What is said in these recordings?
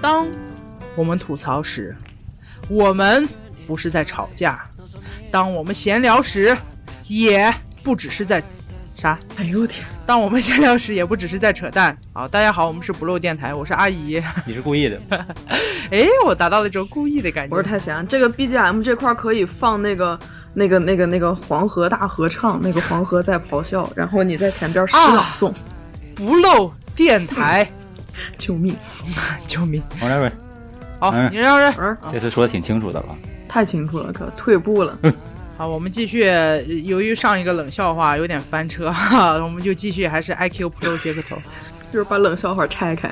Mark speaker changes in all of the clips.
Speaker 1: 当我们吐槽时，我们不是在吵架；当我们闲聊时，也不只是在啥。
Speaker 2: 哎呦我天，
Speaker 1: 当我们闲聊时，也不只是在扯淡。好，大家好，我们是不漏电台，我是阿姨。
Speaker 3: 你是故意的，
Speaker 1: 哎，我达到了一种故意的感觉。
Speaker 2: 我是太闲。这个 BGM 这块儿可以放那个、那个、那个、那个黄河大合唱，那个黄河在咆哮，然后你在前边诗朗诵，
Speaker 1: 不漏电 台，
Speaker 2: 救命！
Speaker 1: 救命！
Speaker 3: 王大伟，
Speaker 1: 好，
Speaker 3: 嗯
Speaker 1: 你让人
Speaker 2: 嗯，
Speaker 3: 这次说的挺清楚的啊了。
Speaker 2: 太清楚了，可退步了。
Speaker 1: 好，我们继续。呃由于上一个冷笑话有点翻车，哈，我们就继续还是 IQ Pro 接个头。
Speaker 2: 就是把冷笑话拆开。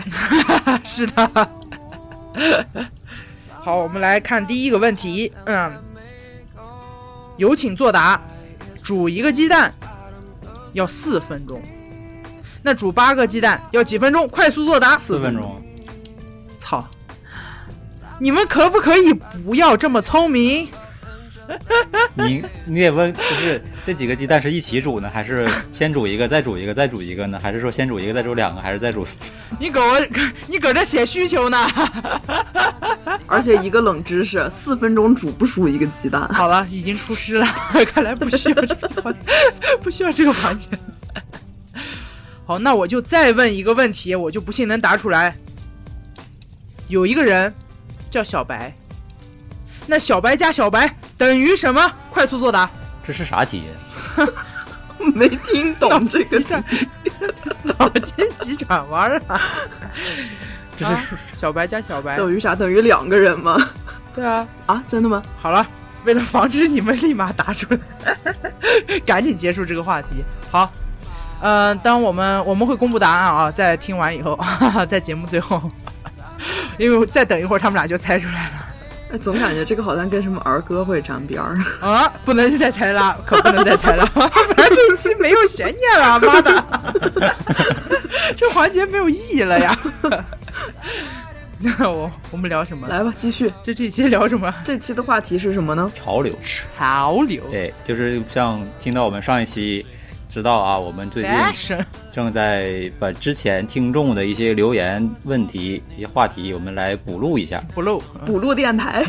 Speaker 1: 是的。 好，我们来看第一个问题。嗯，有请作答。煮一个鸡蛋要四分钟，那煮八个鸡蛋要几分钟？快速作答。
Speaker 3: 四分钟，
Speaker 1: 操！你们可不可以不要这么聪明？
Speaker 3: 你你得问，就是这几个鸡蛋是一起煮呢，还是先煮一个，再煮一个，再煮一个呢？还是说先煮一个，再煮两个，还是再煮？
Speaker 1: 你搁我， 你搁这写需求呢？
Speaker 2: 而且一个冷知识，四分钟煮不熟一个鸡蛋。
Speaker 1: 好了，已经出师了， 看来不需要这个环，不需要这个环节。好，那我就再问一个问题，我就不信能答出来。有一个人叫小白，那小白加小白等于什么？快速作答。
Speaker 3: 这是啥题？
Speaker 2: 没听懂这个，
Speaker 1: 脑筋急转弯儿啊！
Speaker 3: 这是数
Speaker 1: 小白加小白，
Speaker 2: 等于啥？等于两个人吗？
Speaker 1: 对啊。
Speaker 2: 啊，真的吗？
Speaker 1: 好了，为了防止你们立马答出来， 赶紧结束这个话题。好，呃，当我们我们会公布答案啊，在听完以后， 在节目最后，因为再等一会儿他们俩就猜出来了
Speaker 2: 哎，总感觉这个好像跟什么儿歌会沾边儿。
Speaker 1: 啊，不能再猜了，可不能再猜了， 不然这一期没有悬念了，妈的， 这环节没有意义了呀。 那我我们聊什么？
Speaker 2: 来吧，继续。
Speaker 1: 就这一期聊什么？
Speaker 2: 这期的话题是什么呢？
Speaker 3: 潮流。
Speaker 1: 潮流
Speaker 3: 对，就是像听到我们上一期知道啊，我们最近
Speaker 1: ，fashion，
Speaker 3: 正在把之前听众的一些留言问题、一些话题，我们来补录一下。
Speaker 1: 不露，
Speaker 2: 补录电台，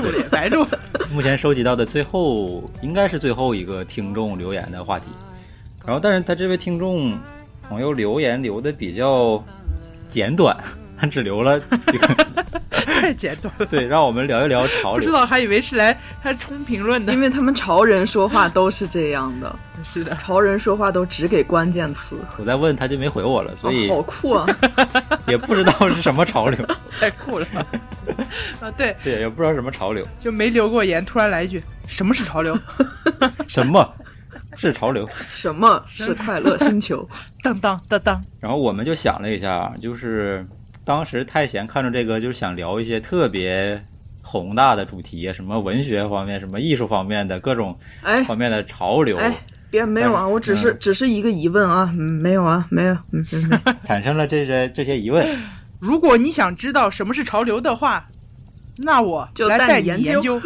Speaker 1: 露脸白露。
Speaker 3: 目前收集到的最后应该是最后一个听众留言的话题，然后但是他这位听众朋友留言留的比较简短， 他只留了这个，
Speaker 1: 太简短了
Speaker 3: 对，让我们聊一聊潮
Speaker 1: 不知
Speaker 3: 流。
Speaker 1: 道还以为是来还冲评论的
Speaker 2: 因。为他们潮人说话都是这样的，
Speaker 1: 是 的，
Speaker 2: 潮人说话都只给关键词，
Speaker 3: 我在问他就没回我了，所以
Speaker 2: 哦、好酷啊！
Speaker 3: 也不知道是什么潮流，
Speaker 1: 太酷了。啊，对，
Speaker 3: 对，也不知道什么潮流，
Speaker 1: 就没留过言，突然来一句：“什么是潮流
Speaker 3: 什么是潮流。
Speaker 2: 什么是快乐星球？？”
Speaker 1: 当当当当，
Speaker 3: 然后我们就想了一下，就是当时太闲看着这个，就是想聊一些特别宏大的主题，什么文学方面、什么艺术方面的各种
Speaker 2: 哎
Speaker 3: 方面的潮流，
Speaker 2: 哎，别没有啊，
Speaker 3: 但是
Speaker 2: 我只是、
Speaker 3: 嗯
Speaker 2: 只是一个疑问啊，嗯没有啊，没有，嗯，没有没有
Speaker 3: 产生了这些这些疑问。
Speaker 1: 如果你想知道什么是潮流的话，那我
Speaker 2: 就
Speaker 1: 来
Speaker 2: 带
Speaker 1: 带
Speaker 2: 你
Speaker 1: 研
Speaker 2: 研究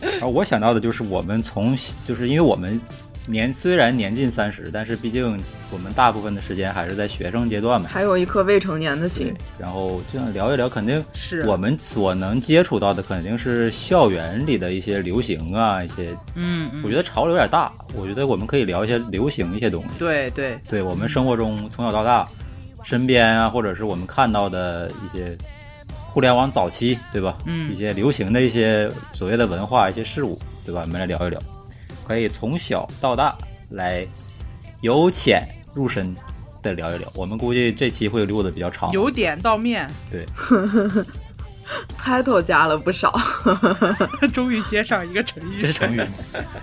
Speaker 3: 然后我想到的就是，我们从就是因为我们年虽然年近三十，但是毕竟我们大部分的时间还是在学生阶段嘛。
Speaker 2: 还有一颗未成年的心
Speaker 3: 对，，然后这样聊一聊，肯定
Speaker 1: 是
Speaker 3: 我们所能接触到的肯定是校园里的一些流行啊，一些
Speaker 1: 嗯
Speaker 3: 我
Speaker 1: 嗯，
Speaker 3: 觉得潮流有点大，我觉得我们可以聊一些流行一些东西。
Speaker 1: 对对，
Speaker 3: 对我们生活中从小到大，身边啊，或者是我们看到的一些互联网早期，对吧？一
Speaker 1: 嗯
Speaker 3: 些流行的一些所谓的文化、一些事物，对吧？我们来聊一聊，可以从小到大来由浅入深的聊一聊。我们估计这期会录的比较长，
Speaker 1: 由点到面，
Speaker 2: title 加了不少，
Speaker 1: 终于接上一个成语。
Speaker 3: 这是成语 吗，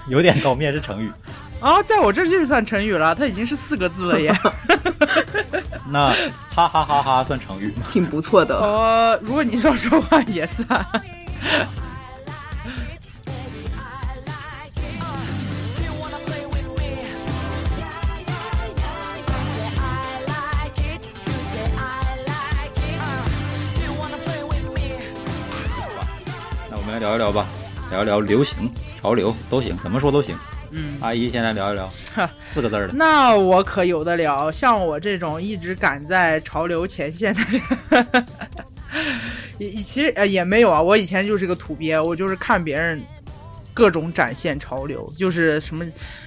Speaker 3: 由点到面是成语。
Speaker 1: 啊，在我这就算成语了，它已经是四个字了耶。
Speaker 3: 那哈哈哈哈算成语吗？
Speaker 2: 挺不错的。
Speaker 1: 呃，如果你要说话也算。
Speaker 3: 那我们来聊一聊吧，聊一聊流行、潮流都行，怎么说都行。
Speaker 1: 嗯，
Speaker 3: 阿姨先来聊一聊四个字儿的，
Speaker 1: 那我可有的聊，像我这种一直赶在潮流前线的人， 也其实呃也没有啊。我以前就是个土鳖，我就是看别人各种展现潮流，就是什么，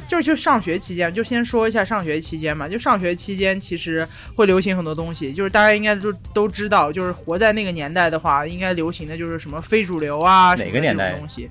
Speaker 1: 就是就上学期间，就先说一下上学期间嘛。就上学期间，其实会流行很多东西，就是大家应该就都知道，就是活在那个年代的话，应该流行的就是什么非主流啊，什
Speaker 3: 哪
Speaker 1: 么
Speaker 3: 个年
Speaker 1: 这种
Speaker 3: 代
Speaker 1: 东西。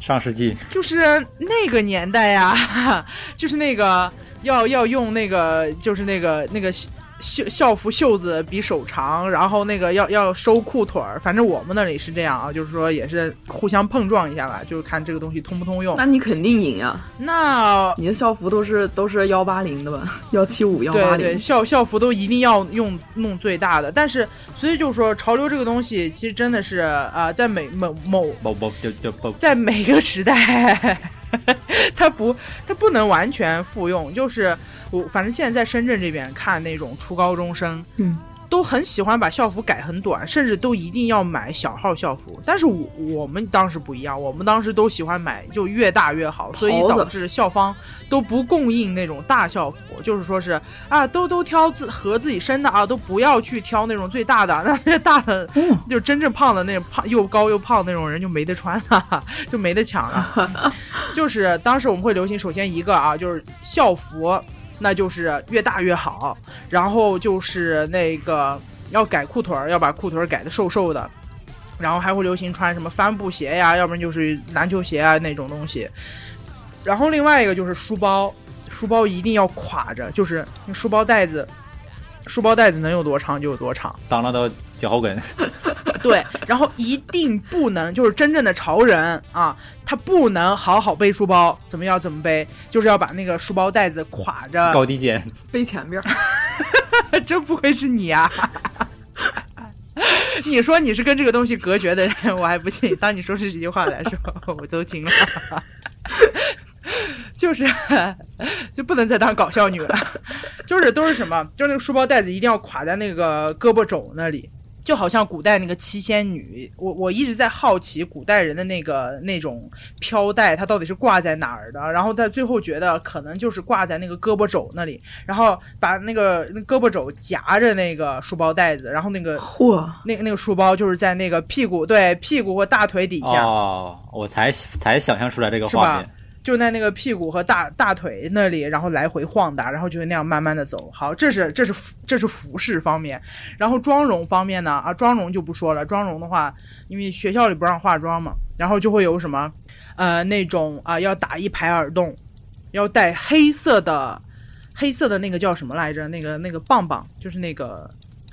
Speaker 3: 上世纪
Speaker 1: 就是那个年代呀、 就是那个要要用那个就是那个那个袖校服袖子比手长，然后那个要要收裤腿儿，反正我们那里是这样啊，就是说也是互相碰撞一下吧，就是看这个东西通不通用。
Speaker 2: 那你肯定赢呀！
Speaker 1: 那
Speaker 2: 你的校服都是都是幺八零的吧？ 幺七五、幺八
Speaker 1: 对对，
Speaker 2: 零，
Speaker 1: 校校服都一定要用弄最大的，但是所以就说潮流这个东西，其实真的是啊、呃在每某某
Speaker 3: 不不就就不
Speaker 1: 在每个时代， 它不它不能完全复用。就是我反正现在在深圳这边看那种初高中生，
Speaker 2: 嗯，
Speaker 1: 都很喜欢把校服改很短，甚至都一定要买小号校服。但是我我们当时不一样，我们当时都喜欢买就越大越好，所以
Speaker 2: 袍子
Speaker 1: 导致校方都不供应那种大校服，就是说是啊，都都挑自合自己身的啊，都不要去挑那种最大的，那 那大的
Speaker 2: 哦
Speaker 1: 就是真正胖的那种胖又高又胖那种人就没得穿了， 就没得抢了。就是当时我们会流行，首先一个啊，就是校服，那就是越大越好，然后就是那个要改裤腿儿，要把裤腿儿改的瘦瘦的。然后还会流行穿什么帆布鞋呀，要不然就是篮球鞋啊那种东西。然后另外一个就是书包，书包一定要垮着，就是那书包带子，书包带子能有多长就有多长。
Speaker 3: 当了到脚后跟，
Speaker 1: 对，然后一定不能就是真正的潮人啊，他不能好好背书包，怎么要怎么背，就是要把那个书包带子垮着。
Speaker 3: 高低肩，
Speaker 2: 背前边儿。
Speaker 1: 真不愧是你啊！ 你说你是跟这个东西隔绝的人， 我还不信。当你说出这句话来时候，我都惊了。 就是， 就不能再当搞笑女了。就是都是什么？就是那个书包带子一定要垮在那个胳膊肘那里，就好像古代那个七仙女。我我一直在好奇古代人的那个那种飘带，它到底是挂在哪儿的？然后他最后觉得可能就是挂在那个胳膊肘那里，然后把那个那胳膊肘夹着那个书包带子，然后那个
Speaker 2: 嚯，
Speaker 1: 那个那个书包就是在那个屁股对屁股或大腿底下，
Speaker 3: 哦，我才才想象出来这个
Speaker 1: 是
Speaker 3: 画
Speaker 1: 吧
Speaker 3: 面，？
Speaker 1: 就在那个屁股和大大腿那里，然后来回晃荡，然后就是那样慢慢的走。好，这是这是服这是服饰方面，然后妆容方面呢啊，妆容就不说了。妆容的话，因为学校里不让化妆嘛，然后就会有什么呃那种啊、要打一排耳洞，要戴黑色的黑色的那个叫什么来着？那个那个棒棒，就是那个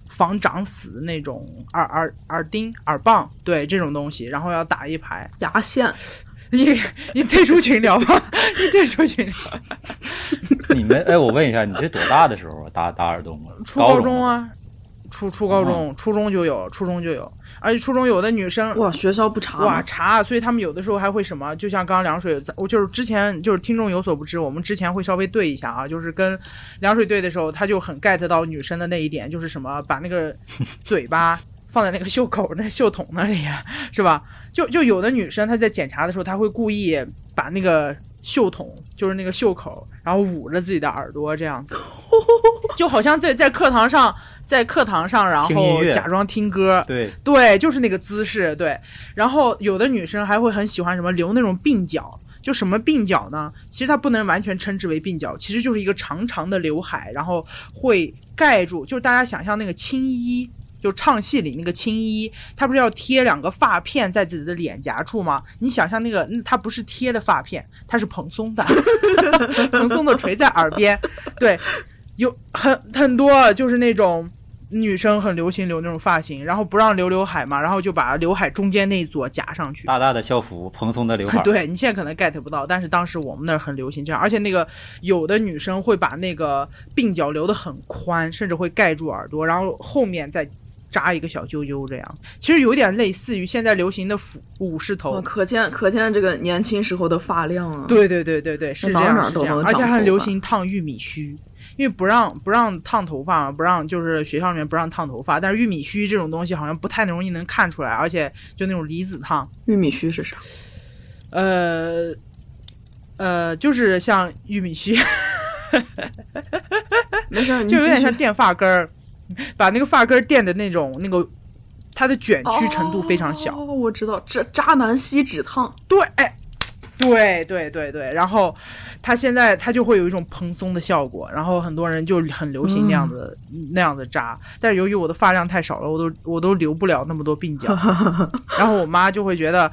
Speaker 1: 防长死的那种耳耳耳钉、耳棒，对这种东西，然后要打一排。
Speaker 2: 牙线，
Speaker 1: 你你退出群聊吧， 你退出群聊。
Speaker 3: 你们哎，我问一下，你这多大的时候啊打打耳洞啊？
Speaker 1: 初
Speaker 3: 高
Speaker 1: 高中？啊，嗯初初高中，初中就有，初中就有，而且初中有的女生
Speaker 2: 哇，学校不查啊吗
Speaker 1: 哇，查，所以他们有的时候还会什么，就像刚刚凉水，我就是之前就是听众有所不知，我们之前会稍微对一下啊，就是跟凉水对的时候，他就很 get 到女生的那一点，就是什么把那 个嘴巴放在那个袖口那袖筒那里，是吧？就就有的女生她在检查的时候，她会故意把那个袖筒，就是那个袖口，然后捂着自己的耳朵这 样子，就好像在在课堂上，在课堂上，然
Speaker 3: 听音
Speaker 1: 后
Speaker 3: 乐
Speaker 1: 假装听歌，
Speaker 3: 对，
Speaker 1: 对，就是那个姿势，对。然后有的女生还会很喜欢什么留那种鬓角，就什么鬓角呢？其实它不能完全称之为鬓角，其实就是一个长长的刘海，然后会盖住，就是大家想象那个青衣。就唱戏里那个青衣，她不是要贴两个发片在自己的脸颊处吗？你想象那个，嗯它不是贴的发片，它是蓬松的， 蓬松的垂在耳边。对，有很很多啊就是那种女生很流行留那种发型，然后不让留刘海嘛，然后就把刘海中间那一撮夹上去。，
Speaker 3: 大大的校服，蓬松的刘 海
Speaker 1: 对你现在可能 get 不到，但是当时我们那儿很流行这样，而且那个有的女生会把那个鬓角留得很宽，甚至会盖住耳朵，然后后面再扎一个小揪揪，这样其实有点类似于现在流行的俯武士
Speaker 2: 哇
Speaker 1: 头。
Speaker 2: 可见可见这个年轻时候的发量啊！，
Speaker 1: 对对对对对，是这
Speaker 2: 哪儿哪
Speaker 1: 样
Speaker 2: 儿
Speaker 1: 是
Speaker 2: 都
Speaker 1: 这样，
Speaker 2: 能
Speaker 1: 而且
Speaker 2: 长
Speaker 1: 还
Speaker 2: 头
Speaker 1: 流
Speaker 2: 发
Speaker 1: 行烫玉米须。因为不让不让烫头发嘛，不让就是学校里面不让烫头发，但是玉米须这种东西好像不太容易能看出来，而且就那种离子烫，
Speaker 2: 玉米须是啥？
Speaker 1: 呃，呃，就是像玉米须，
Speaker 2: 没事儿，你
Speaker 1: 就有
Speaker 2: 嗯继
Speaker 1: 点
Speaker 2: 续
Speaker 1: 像垫发根儿，把那个发根儿垫的那种那个，它的卷曲程度非常小。
Speaker 2: 哦，我知道，渣渣男锡纸烫，
Speaker 1: 对，哎对对对对，然后它现在它就会有一种蓬松的效果，然后很多人就很流行那样子、
Speaker 2: 嗯
Speaker 1: 那样子扎，但是由于我的发量太少了，我都我都留不了那么多鬓 角，然后我妈就会觉得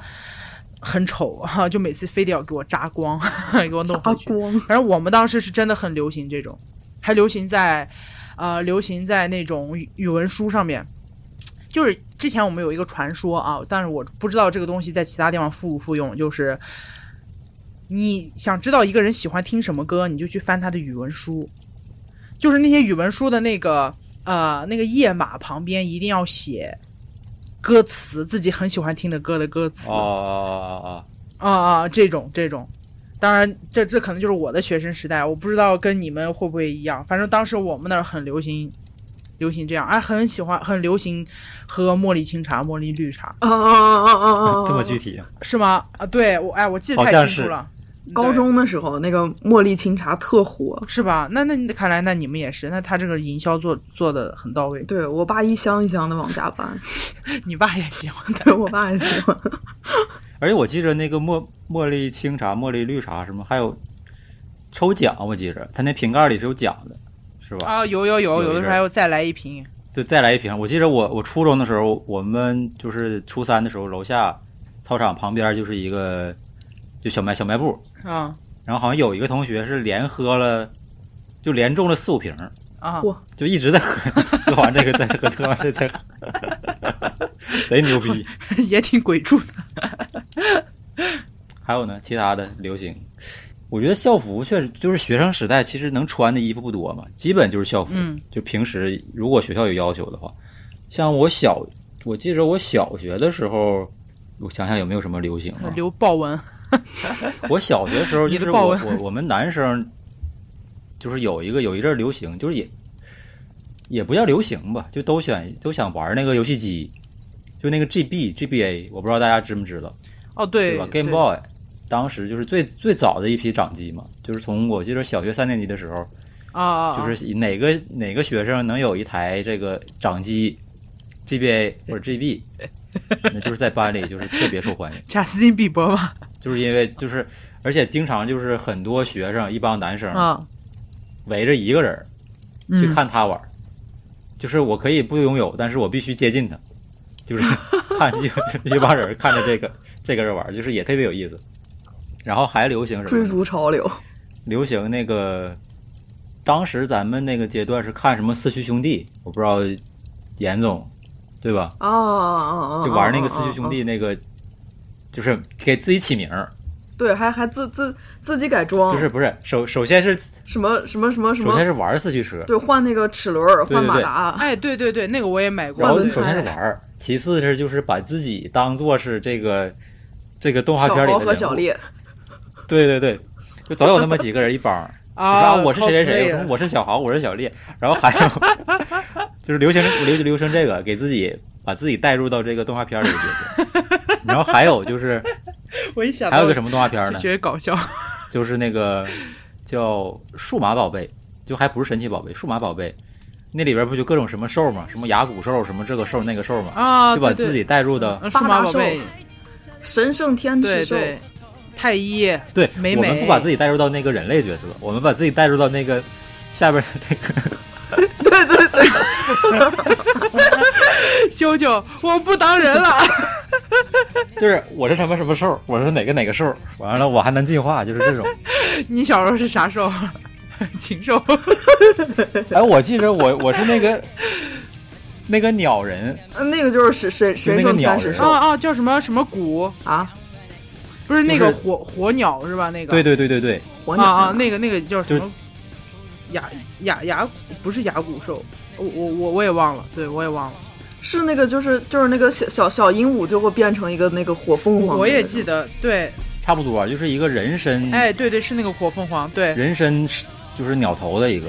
Speaker 1: 很丑哈，就每次非得要给我扎光， 给我弄
Speaker 2: 扎
Speaker 1: 回去。
Speaker 2: 光，
Speaker 1: 反正我们当时是真的很流行这种，还流行在，呃，流行在那种语语文书上面。就是之前我们有一个传说啊，但是我不知道这个东西在其他地方复不复用。就是你想知道一个人喜欢听什么歌，你就去翻他的语文书，就是那些语文书的那个呃那个页码旁边一定要写歌词，自己很喜欢听的歌的歌词。
Speaker 3: 哦
Speaker 1: 啊
Speaker 3: 哦
Speaker 1: 啊，这种这种，当然这这可能就是我的学生时代，我不知道跟你们会不会一样。反正当时我们那儿很流行，流行这样，哎，很喜欢，很流行喝茉莉清茶、茉莉绿茶，
Speaker 2: 啊啊啊啊啊
Speaker 3: 哦
Speaker 2: 啊
Speaker 3: 哦，！这么具
Speaker 2: 剧。
Speaker 3: 体啊？
Speaker 1: 是吗？啊，对我哎，我记得
Speaker 3: 好
Speaker 1: 太
Speaker 3: 像
Speaker 1: 清楚
Speaker 3: 是
Speaker 1: 了，
Speaker 2: 高
Speaker 1: 对
Speaker 2: 中的时候，那个茉莉清茶特火，
Speaker 1: 是吧？那那你看来那你们也是，那他这个营销做做的很到位，
Speaker 2: 对我爸一箱一箱的往家 搬，
Speaker 1: 你爸也喜欢，
Speaker 2: 对我爸也喜欢。
Speaker 3: 而且我记着那个茉茉莉清茶、茉莉绿茶什么，还有抽奖，我记着它那瓶盖里是有奖的，是吧？
Speaker 1: 啊，有有有，
Speaker 3: 有一
Speaker 1: 有的时
Speaker 3: 阵
Speaker 1: 候
Speaker 3: 儿
Speaker 1: 还要再来一瓶，
Speaker 3: 对，再来一瓶。我记着我我初中的时候，我们就是初三的时候，楼下操场旁边就是一个就小卖小卖部，
Speaker 1: 啊
Speaker 3: 然后好像有一个同学是连喝了，就连中了四五瓶儿，
Speaker 1: 啊
Speaker 2: 哇，
Speaker 3: 就一直在喝，喝完这个再喝，喝完这个再喝， 贼牛逼。
Speaker 1: 也挺鬼畜的，
Speaker 3: 还有呢，其他的流行，我觉得校服确实就是学生时代，其实能穿的衣服不多嘛，基本就是校服。
Speaker 1: 嗯
Speaker 3: 就平时如果学校有要求的话，像我小，我记着我小学的时候，我想想有没有什么流行啊？
Speaker 1: 留豹纹，
Speaker 3: 我小学的时候就
Speaker 1: 你
Speaker 3: 是
Speaker 1: 的豹
Speaker 3: 我
Speaker 1: 纹
Speaker 3: 我我们男生，就是有一个有一阵儿流行，就是也也不叫流行吧，就都选都想玩那个游戏机，就那个 GB GBA，我不知道大家知不知道。
Speaker 1: 哦对
Speaker 3: 对吧？Game
Speaker 1: 对
Speaker 3: Boy，当时就是最最早的一批掌机嘛，就是从我记得小学三年级的时候，
Speaker 1: 啊啊，啊
Speaker 3: 就是哪个哪个学生能有一台这个掌机 GBA 或者 GB，那就是在班里就是特别受欢迎，
Speaker 1: 贾斯汀比伯嘛，
Speaker 3: 就是因为就是而且经常就是很多学生一帮男生
Speaker 1: 啊，
Speaker 3: 围着一个人儿
Speaker 1: 嗯
Speaker 3: 去看他玩儿，就是我可以不拥有，但是我必须接近他，就是 看一一帮人看着这个这个人玩儿，就是也特别有意思。然后还流行什
Speaker 2: 追
Speaker 3: 么呢？
Speaker 2: 逐潮流，
Speaker 3: 流行那个，当时咱们那个阶段是看什么四驱兄弟，我不知道严总对吧？
Speaker 2: 啊啊啊啊！
Speaker 3: 就玩那个
Speaker 2: 啊
Speaker 3: 四驱兄，
Speaker 2: 啊啊
Speaker 3: 弟那个，就是给自己起名儿，
Speaker 2: 对，还还自自自己改装，
Speaker 3: 就是不是首首先是
Speaker 2: 哦什么什么什么什
Speaker 3: 首
Speaker 2: 么
Speaker 3: 先，是玩四驱车，
Speaker 2: 对，换那个齿轮儿，
Speaker 3: 对
Speaker 2: 换马
Speaker 3: 对
Speaker 2: 达，
Speaker 1: 哎，对对对，那个我也买过。
Speaker 3: 然后
Speaker 2: 轮
Speaker 1: 对
Speaker 3: 首先是玩儿，其次是就是把自己当做是这个这个动画
Speaker 2: 小
Speaker 3: 片里
Speaker 2: 豪
Speaker 3: 的
Speaker 2: 和小
Speaker 3: 人物，
Speaker 2: 烈，
Speaker 3: 对对对，就总有那么几个人一帮 儿，
Speaker 1: 啊，
Speaker 3: 我是谁谁
Speaker 1: cosplay
Speaker 3: 谁，我说我是小豪，我是小烈，然后还有 就是流行流流行这个，给自己把自己带入到这个动画片里的角色，然后还有 就是
Speaker 1: 我一想
Speaker 3: 还有个
Speaker 1: 么
Speaker 3: 什么动画片
Speaker 1: 就
Speaker 3: 呢？
Speaker 1: 觉得搞 笑。
Speaker 3: 就是那个叫数码宝贝，就还不是神奇宝贝，数码宝贝那里边不就各种什么兽嘛，什么牙骨兽，什么这个兽那个兽嘛，
Speaker 1: 啊，
Speaker 3: 就把
Speaker 1: 对对
Speaker 3: 自己带入到
Speaker 1: 嗯数码宝贝，
Speaker 2: 神圣天
Speaker 1: 对
Speaker 2: 之兽，
Speaker 1: 对，太一
Speaker 3: 对，
Speaker 1: 美
Speaker 3: 我们
Speaker 1: 美
Speaker 3: 不把自己带入到那个人类角色，我们把自己带入到那个下边那个。
Speaker 1: 啾啾，我不当人了。
Speaker 3: 就是我是什么什么兽，我是哪个哪个兽，完了我还能进化，就是这种。
Speaker 1: 你小时候是啥兽？ 禽兽
Speaker 3: 哎，我记着我我是那个那个鸟人，
Speaker 2: 呃那个就是神神神
Speaker 3: 就那个
Speaker 2: 圣
Speaker 3: 鸟
Speaker 2: 天
Speaker 3: 人
Speaker 2: 使兽
Speaker 1: 啊啊，叫什么什么谷？
Speaker 2: 啊，
Speaker 1: 不是那个
Speaker 3: 就是
Speaker 1: 火火鸟是吧？那个
Speaker 3: 对对对对对，
Speaker 2: 火
Speaker 1: 啊
Speaker 2: 鸟
Speaker 1: 啊，那个那个叫什么
Speaker 3: 就？
Speaker 1: 雅雅雅不是雅骨兽，我我我我也忘了，对我也忘了，
Speaker 2: 是那个就是就是那个小小小鹦鹉就会变成一个那个火凤凰，
Speaker 1: 我也记，得，对，
Speaker 3: 差不多啊就是一个人身，
Speaker 1: 哎对对是那个火凤凰，对，
Speaker 3: 人身是就是鸟头的一个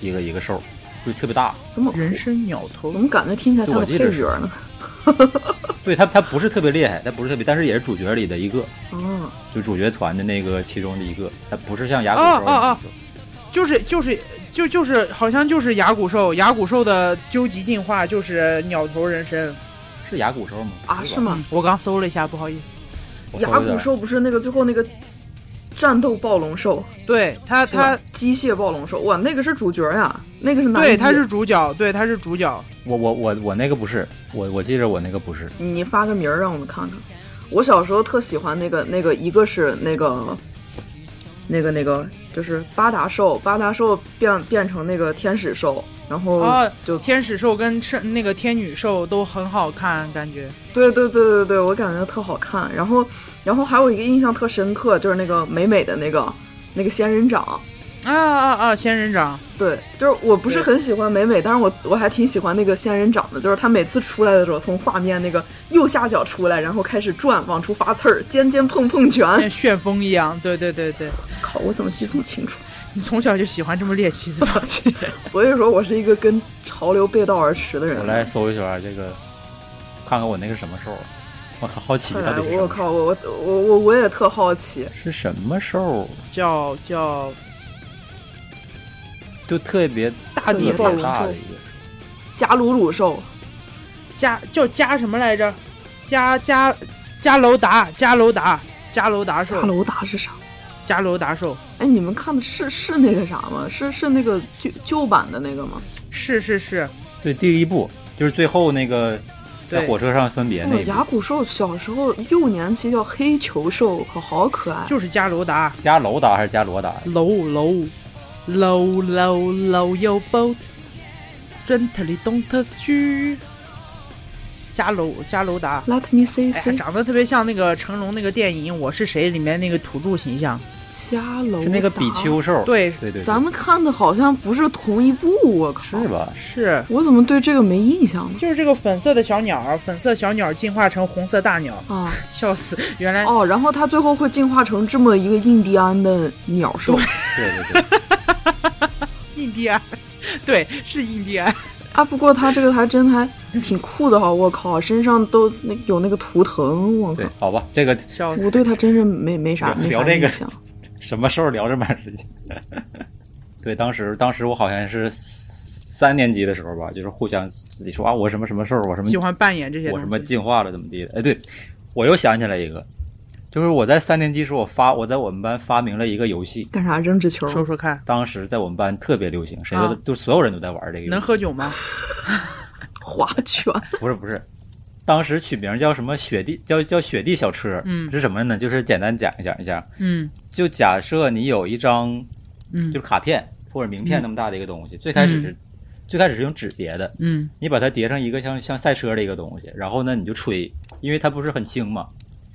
Speaker 3: 一个一个兽，就特别大。
Speaker 2: 怎么
Speaker 1: 人参鸟头
Speaker 2: 怎么感觉听起来像
Speaker 3: 我
Speaker 2: 个
Speaker 3: 记得
Speaker 2: 配
Speaker 3: 是
Speaker 2: 角呢？
Speaker 3: 对他他不是特别厉害，他不是特别，但是也是主角里的一个，
Speaker 2: 哦，
Speaker 3: 就主角团的那个其中的一个，他不是像牙骨
Speaker 1: 哦
Speaker 3: 兽
Speaker 1: 哦哦就是就是就就是好像就是牙骨兽，牙骨兽的究极进化就是鸟头人参。嗯
Speaker 3: 是牙骨兽吗？
Speaker 2: 啊，
Speaker 3: 不
Speaker 2: 是
Speaker 3: 吧？
Speaker 2: 吗？
Speaker 1: 我刚搜了一下，不好意思，
Speaker 3: 我搜
Speaker 2: 牙
Speaker 3: 一下啊
Speaker 2: 骨兽不是那个最后那个战斗暴龙兽，
Speaker 1: 对他
Speaker 2: 是吧
Speaker 1: 他
Speaker 2: 机械暴龙兽，哇，那个是主角呀，那个是男
Speaker 1: 对
Speaker 2: 一
Speaker 1: 他是主角，对他是主角。
Speaker 3: 我我我我那个不是，我我记着我那个不是，
Speaker 2: 你发个名儿让我们看看。我小时候特喜欢那个那个，一个是那个那个那个，就是八达兽，八达兽变变成那个天使兽，然后
Speaker 1: 哦
Speaker 2: 就、
Speaker 1: 天使兽跟是那个天女兽都很好看，感觉
Speaker 2: 对对对对对，我感觉特好看。然后然后还有一个印象特深刻，就是那个美美的那个那个仙人掌。
Speaker 1: 啊啊啊！仙人掌，
Speaker 2: 对，就是我不
Speaker 1: 对
Speaker 2: 是很喜欢美美，但是我我还挺喜欢那个仙人掌的，就是它每次出来的时候，从画面那个右下角出来，然后开始转，往出发刺儿，尖尖碰碰 拳。
Speaker 1: 像旋风一样，对对对对，
Speaker 2: 哎靠，我怎么记这么清楚？
Speaker 1: 你从小就喜欢这么猎奇的东西。
Speaker 2: 所以说我是一个跟潮流背道而驰的人。
Speaker 3: 我来搜一下这个，看看我那个什么兽，我很好奇
Speaker 2: 快
Speaker 3: 到
Speaker 2: 来，
Speaker 3: 底是什
Speaker 2: 我
Speaker 3: 么
Speaker 2: 靠，我我我我我也特好奇，
Speaker 3: 是什么兽，
Speaker 1: 叫叫
Speaker 3: 就特别
Speaker 1: 大
Speaker 2: 地
Speaker 1: 地
Speaker 3: 特
Speaker 1: 暴
Speaker 3: 别
Speaker 1: 龙
Speaker 3: 大
Speaker 1: 兽
Speaker 3: 的，一个，
Speaker 2: 加鲁鲁兽，
Speaker 1: 加叫加什么来着？加加加楼达，加楼达，加楼达
Speaker 2: 加
Speaker 1: 兽，
Speaker 2: 楼达是啥？
Speaker 1: 加楼达兽，
Speaker 2: 哎，你们看的是是那个啥吗？是是那个旧旧版的那个吗？
Speaker 1: 是是是，
Speaker 3: 对，第一部就是最后那个在
Speaker 1: 对
Speaker 3: 火车上分别那
Speaker 2: 我
Speaker 3: 一
Speaker 2: 牙骨
Speaker 3: 部，
Speaker 2: 哦兽小时候幼年期叫黑球兽，可好可爱。
Speaker 1: 就是加楼达，
Speaker 3: 加楼达还是加罗达？
Speaker 1: 楼楼楼楼楼有 boat，真特里东特区，加楼加楼达。
Speaker 2: Let me say
Speaker 1: 哎呀，
Speaker 2: say，
Speaker 1: 长得特别像那个成龙那个电影《我是谁》里面那个土著形象。
Speaker 2: 加楼
Speaker 3: 是那个比丘兽，
Speaker 1: 对，
Speaker 3: 对对，
Speaker 2: 咱们看的好像不是同一部，我靠！
Speaker 3: 是吧？
Speaker 1: 是，
Speaker 2: 我怎么对这个没印象呢？
Speaker 1: 就是这个粉色的小鸟，粉色小鸟进化成红色大鸟，
Speaker 2: 啊
Speaker 1: 笑死！原来
Speaker 2: 哦，然后它最后会进化成这么一个印第安的鸟兽
Speaker 3: 对对对，
Speaker 1: 印第安， 对，是印第安。
Speaker 2: 啊！不过它这个还真还挺酷的哈，我靠，身上都那有那个图腾，我靠
Speaker 3: 对，，好吧，这个
Speaker 1: 笑
Speaker 2: 我
Speaker 1: 死！
Speaker 2: 对它真是没没啥没
Speaker 3: 聊
Speaker 2: 啥
Speaker 3: 这个
Speaker 2: 印象。
Speaker 3: 什么时候聊这么长时间？ 对，当时当时我好像是三年级的时候吧，就是互相自己说啊，我什么什么事儿，我什么
Speaker 1: 喜欢扮演这些
Speaker 3: 我什
Speaker 1: 东
Speaker 3: 么
Speaker 1: 西。
Speaker 3: 进化了怎么地的？哎，对，我又想起来一个，就是我在三年级时候，我发我在我们班发明了一个游戏，
Speaker 2: 干啥扔纸球？
Speaker 1: 说说看，
Speaker 3: 当时在我们班特别流行，谁都、
Speaker 1: 啊
Speaker 3: 就所有人都在玩这个游戏。
Speaker 1: 能喝酒吗？
Speaker 2: 划拳
Speaker 3: 不是不是，当时取名叫什么雪地叫叫雪地小车，
Speaker 1: 嗯
Speaker 3: 是什么呢？就是简单讲一讲一下，
Speaker 1: 嗯
Speaker 3: 就假设你有一张
Speaker 1: 嗯
Speaker 3: 就是卡片或者名片那么大的一个东西，最开始是、最开始是用纸叠的，
Speaker 1: 嗯
Speaker 3: 你把它叠成一个像像赛车的一个东西，然后呢你就吹，因为它不是很轻嘛，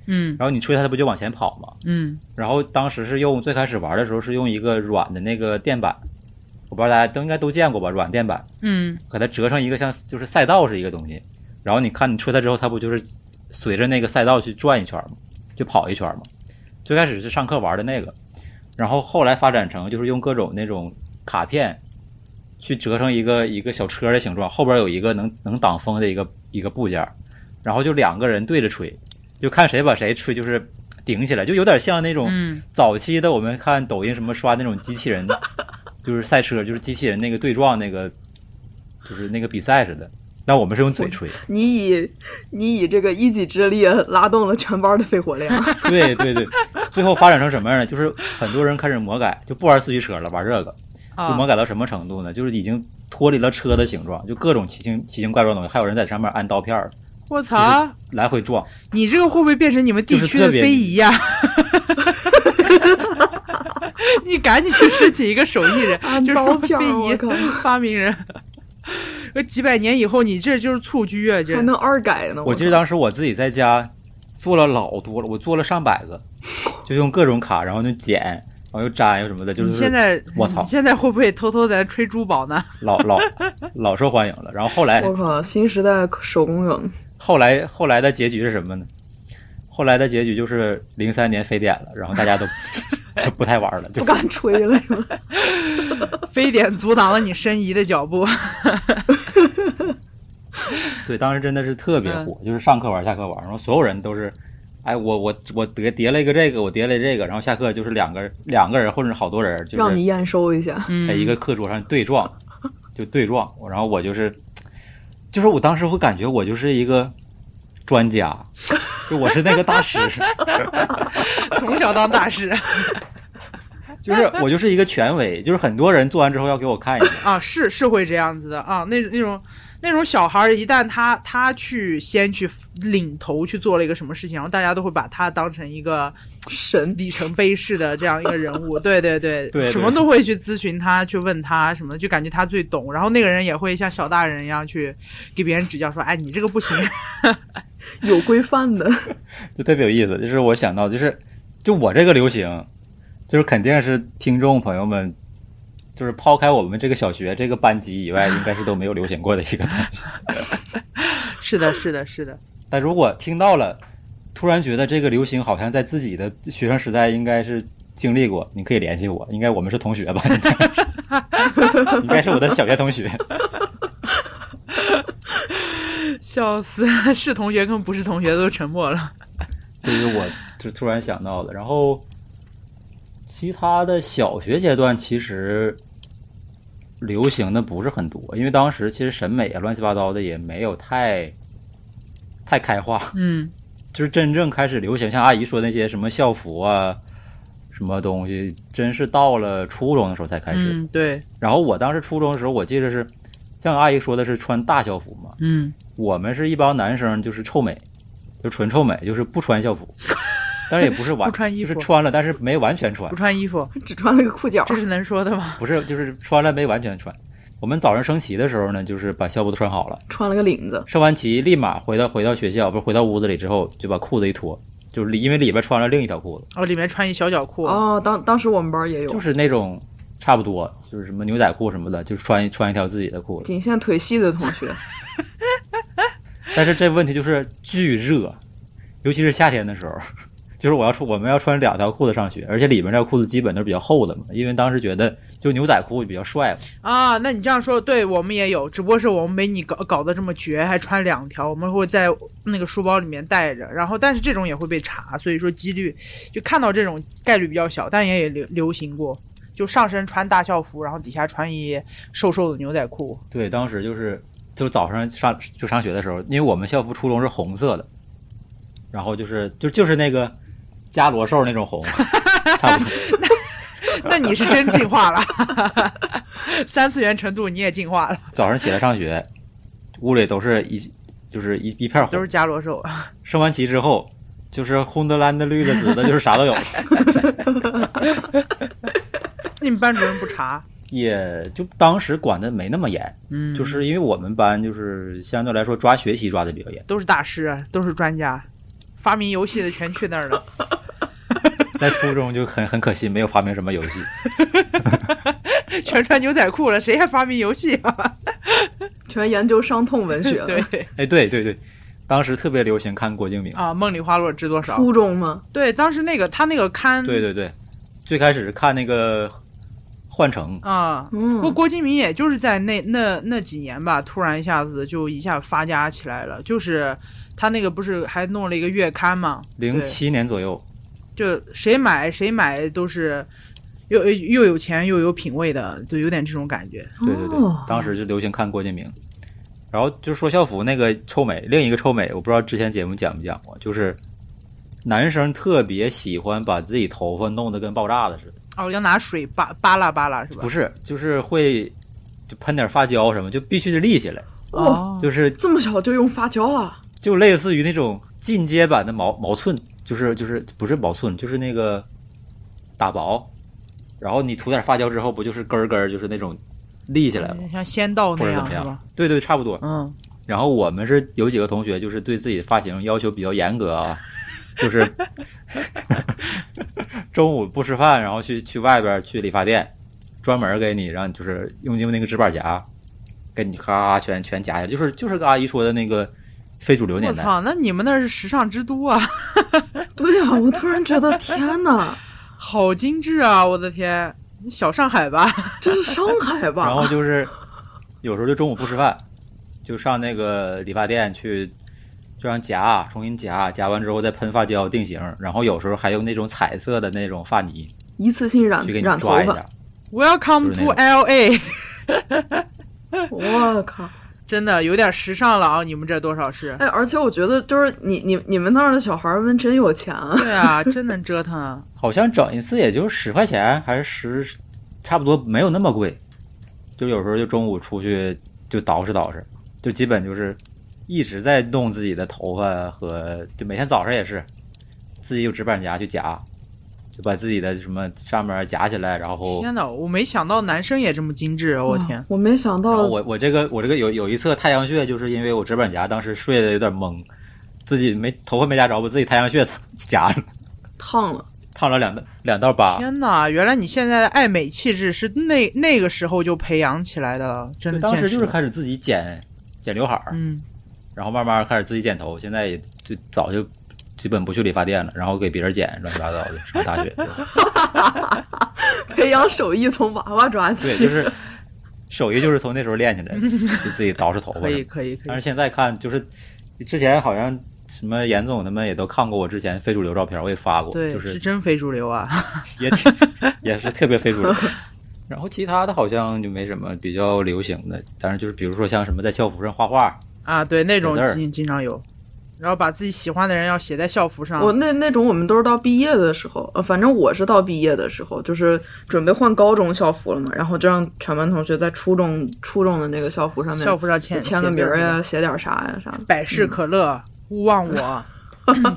Speaker 1: 嗯
Speaker 3: 然后你吹它它不就往前跑嘛。
Speaker 1: 嗯
Speaker 3: 然后当时是用最开始玩的时候是用一个软的那个垫板，我不知道大家都应该都见过吧，软垫板，
Speaker 1: 嗯
Speaker 3: 给它折成一个像就是赛道是一个东西，然后你看你吹它之后，它不就是随着那个赛道去转一圈嘛，就跑一圈嘛。最开始是上课玩的那个，然后后来发展成就是用各种那种卡片去折成一个一个小车的形状，后边有一个能能挡风的一个一个部件儿，然后就两个人对着吹，就看谁把谁吹就是顶起来，就有点像那种
Speaker 1: 嗯
Speaker 3: 早期的我们看抖音什么刷那种机 器人，就是赛车，就是机器人那个对撞那个，就是那个比赛似的。但我们是用 嘴吹，
Speaker 2: 你以你以这个一己之力拉动了全班的肺活量，
Speaker 3: 对对对，最后发展成什么样呢？就是很多人开始魔改，就不玩四驱车了，玩这个。就魔
Speaker 1: 啊
Speaker 3: 改到什么程度呢？就是已经脱离了车的形状，就各种奇形奇形怪状的东西，还有人在上面安刀片儿
Speaker 1: 我操！
Speaker 3: 来回撞。
Speaker 1: 你这个会不会变成你们地区的非遗呀、 你赶紧去申请一个手 艺人，就是
Speaker 2: 刀片
Speaker 1: 非
Speaker 2: 儿我
Speaker 1: 遗
Speaker 2: 靠
Speaker 1: 发明人。这几百年以后，你这就是蹴鞠啊！这
Speaker 2: 还能二改呢。
Speaker 3: 我记得当时我自己在家做了老多了，我做了上百个，就用各种卡，然后就剪，然后又粘又什么的，就
Speaker 1: 你
Speaker 3: 是
Speaker 1: 现在，
Speaker 3: 我操
Speaker 1: 你现在会不会偷偷在那吹珠宝呢？
Speaker 3: 老老老受欢迎了。然后后来
Speaker 2: 我靠，新时代手工梗，
Speaker 3: 后来后来的结局是什么呢？后来的结局就是零三年非典了，然后大家都 都不太玩了，就
Speaker 2: 不敢吹了是吧？
Speaker 1: 非典阻挡了你申遗的脚步。
Speaker 3: 对，当时真的是特别
Speaker 2: 嗯
Speaker 3: 火，就是上课玩，下课玩，然后所有人都是，哎，我我我叠叠了一个这个，我叠了这个，然后下课就是两个两个人或者是好多人，就
Speaker 2: 让你嗯
Speaker 3: 是
Speaker 2: 验收一下。
Speaker 1: 嗯
Speaker 3: 在哎一个课桌上对撞，就对撞，然后我就是，就是我当时会感觉我就是一个专家，就我是那个大师，
Speaker 1: 从小当大师
Speaker 3: 就是我就是一个权威，就是很多人做完之后要给我看一下，
Speaker 1: 啊，是是会这样子的啊，那那种那种小孩儿，一旦他他去先去领头去做了一个什么事情，然后大家都会把他当成一个
Speaker 2: 神，
Speaker 1: 里程碑式的这样一个人物，对对对，
Speaker 3: 对对
Speaker 1: 什么都会去咨询他，去问他什么的，就感觉他最懂。然后那个人也会像小大人一样去给别人指教，说：“哎，你这个不行。
Speaker 2: 有规范的，
Speaker 3: 就特别有意思。就是我想到，就是就我这个流行，就是肯定是听众朋友们，就是抛开我们这个小学这个班级以外，应该是都没有流行过的一个东西。
Speaker 1: 是的，是的，是的，
Speaker 3: 但如果听到了，突然觉得这个流行好像在自己的学生时代应该是经历过，你可以联系我，应该我们是同学吧？应 该是应该是我的小学同学。
Speaker 1: 笑死！是同学跟不是同学都沉默了。
Speaker 3: 这是我就突然想到的。然后，其他的小学阶段其实流行的不是很多，因为当时其实审美啊乱七八糟的也没有太太开化，
Speaker 1: 嗯，
Speaker 3: 就是真正开始流行，像阿姨说那些什么校服啊。什么东西真是到了初中的时候才开始。
Speaker 1: 嗯，对，
Speaker 3: 然后我当时初中的时候，我记得是，像阿姨说的是穿大校服嘛，
Speaker 1: 嗯，
Speaker 3: 我们是一帮男生，就是臭美，就纯臭美，就是不 穿校服，但是也不是完
Speaker 1: 不穿衣服
Speaker 3: 就是穿了，但是没完全穿
Speaker 1: 不，穿衣服，
Speaker 2: 只穿了个裤脚。
Speaker 1: 这是能说的吗？
Speaker 3: 不是就是穿了没完全穿。我们早上升旗的时候呢，就是把校服都穿好了，
Speaker 2: 穿了个领子，
Speaker 3: 升完旗立马回到回到学校，不是回到屋子里之后就把裤子一脱，就是里因为里边穿了另一条裤子，
Speaker 1: 哦，里面穿一小脚裤。
Speaker 2: 哦，当当时我们班也有
Speaker 3: 就，是那种差不多就是什么牛仔裤什么的，就穿穿一条自己的裤子。
Speaker 2: 仅限腿细的同 学，
Speaker 3: 但是这问题就是巨热，尤其是夏天的时候， 就是我要穿我们要穿两条裤子上学，而且里面这条裤子基本都是比较厚的嘛，因为当时觉得就牛仔裤比较帅嘛。
Speaker 1: 啊，那你这样说，对我们也有，只不过是我们没你搞搞得这么绝，还穿两条，我们会在那个书包里面带着，然后但是这种也会被查，所以说几率就看到这种概率比较小，但也也流流行过，就上身穿大校服，然后底下穿一瘦瘦的牛仔裤，
Speaker 3: 对，当时就是就早上上就上学的时候，因为我们校服初中是红色的，然后就是就就是那个加罗兽那种红，差不多。
Speaker 1: 那你是真进化了， 三次元程度你也进化了，
Speaker 3: 早上起来上学，屋里都是一就是一一片红
Speaker 1: 都，是伽罗兽，
Speaker 3: 升完旗之后，就是红的、蓝的、绿的、紫的，就是啥都有。
Speaker 1: 你们班主任不查，
Speaker 3: 也就当时管的没那么严，
Speaker 1: 嗯，
Speaker 3: 就是因为我们班就是相对来说抓学习抓的比较 严，
Speaker 1: 都是大师，都是专家，发明游戏的全去那儿了，
Speaker 3: 在初中就很很可惜没有发明什么游戏，
Speaker 1: 全穿牛仔裤了，谁还发明游戏啊？
Speaker 2: 全研究伤痛文学 了。
Speaker 1: 对
Speaker 3: 哎， 对对对，当时特别流行看郭敬明，
Speaker 1: 啊，梦里花落知多少？
Speaker 2: 初中吗？
Speaker 1: 对，当时那个他那个刊，
Speaker 3: 对对对，最开始是看那个幻城，
Speaker 1: 啊。不过
Speaker 2: 嗯，
Speaker 1: 郭敬明也就是在那那那几年吧，突然一下子就一下发家起来了。就是他那个不是还弄了一个月刊嘛，
Speaker 3: 零七年左右，
Speaker 1: 就谁买谁买都是又又有钱又有品位的，就有点这种感觉。
Speaker 3: 对对对
Speaker 2: 哦，
Speaker 3: 当时就流行看郭敬明，然后就说校服那个臭美，另一个臭美，我不知道之前节目讲没讲过，就是男生特别喜欢把自己头发弄得跟爆炸的似的。
Speaker 1: 哦，要拿水扒扒拉扒拉是吧
Speaker 3: 不？是，就是会就喷点发胶什么，就必须得立起来，
Speaker 1: 哦，
Speaker 3: 就是
Speaker 2: 这么小就用发胶了，
Speaker 3: 就类似于那种进阶版的毛毛寸，就是就是不是毛寸，就是那个打薄，然后你涂点发胶之后，不就是根儿根儿就是那种立起来吗？
Speaker 1: 像仙道那
Speaker 3: 或者怎
Speaker 1: 样
Speaker 3: 么
Speaker 1: 是
Speaker 3: 样
Speaker 1: 吧？
Speaker 3: 对对，差不多。
Speaker 1: 嗯，
Speaker 3: 然后我们是有几个同学，就是对自己的发型要求比较严格啊，就是中午不吃饭，然后去去外边去理发店，专门给你让你就是用用那个直板夹，给你咔全全夹下来，就是就是个阿姨说的那个非主流
Speaker 1: 我
Speaker 3: 年代。
Speaker 1: 操，那你们那是时尚之都啊，
Speaker 2: 对呀、我突然觉得天哪，
Speaker 1: 好精致啊！我的天，小上海吧？
Speaker 2: 这是上海
Speaker 3: 然后
Speaker 2: 吧？
Speaker 3: 就是有时候就中午不吃饭，就上那个理发店去，就让夹，重新夹，夹完之后再喷发胶定型，然后有时候还用那种彩色的那种发泥
Speaker 2: 一次性染
Speaker 3: 去给你
Speaker 2: 染头
Speaker 3: 抓一
Speaker 2: 发
Speaker 3: 下，。
Speaker 1: Welcome
Speaker 3: 就是那
Speaker 1: to
Speaker 3: 种
Speaker 1: L A，
Speaker 2: 我靠！
Speaker 1: 真的有点时尚了啊！你们这多少 是？
Speaker 2: 哎，而且我觉得就是你你你们那儿的小孩儿们真有钱啊！
Speaker 1: 对啊，真能折腾啊！
Speaker 3: 好像整一次也就十块钱，还是十，差不多没有那么贵。就有时候就中午出去就捯饬捯饬，就基本就是一直在弄自己的头发和，就每天早上也是自己有直板夹去夹，就把自己的什么上面夹起来，然后
Speaker 1: 天呐，我没想到男生也这么精致，啊哦我
Speaker 2: 哇
Speaker 1: 天！，
Speaker 2: 我没想
Speaker 3: 然
Speaker 2: 到
Speaker 3: 后我我这个我这个有有一侧太阳穴，就是因为我直板夹当时睡得有点懵，自己没头发没夹着，我自己太阳穴 夹了，
Speaker 2: 烫了，
Speaker 3: 烫了两道两道疤。
Speaker 1: 天呐，原来你现在的爱美气质是那那个时候就培养起来的了，真
Speaker 3: 对，
Speaker 1: 的
Speaker 3: 当时
Speaker 1: 见识
Speaker 3: 就是
Speaker 1: 了
Speaker 3: 开始自己剪剪刘海儿，
Speaker 1: 嗯，
Speaker 3: 然后慢慢开始自己剪头，现在也就早就基本不去理发店了，然后给别人剪，乱七八糟的。上大学就
Speaker 2: 培养手艺从娃娃抓
Speaker 3: 对，
Speaker 2: 起
Speaker 3: 就。是手艺就是从那时候练起来的，就自己捯饬头发
Speaker 1: 可
Speaker 3: 什
Speaker 1: 以
Speaker 3: 么。
Speaker 1: 可以可
Speaker 3: 但
Speaker 1: 以，
Speaker 3: 是现在看，就是之前好像什么严总他们也都看过我之前非主流照片，我也发过，
Speaker 1: 对，
Speaker 3: 就是是
Speaker 1: 真非主流 啊！
Speaker 3: 也挺也是特别非主流。然后其他的好像就没什么比较流行的，当然就是比如说像什么在校服上画画，
Speaker 1: 啊，对，那种
Speaker 3: 写字儿
Speaker 1: 经经常有，然后把自己喜欢的人要写在校服上，
Speaker 2: 我那那种我们都是到毕业的时候，呃，反正我是到毕业的时候，就是准备换高中校服了嘛，然后就让全班同学在初中初中的那个校服上面
Speaker 1: 校服上
Speaker 2: 就
Speaker 1: 签
Speaker 2: 签个
Speaker 1: 写字
Speaker 2: 名儿
Speaker 1: 什么的
Speaker 2: 呀，写点啥呀啥的。
Speaker 1: 百事可乐，勿忘我，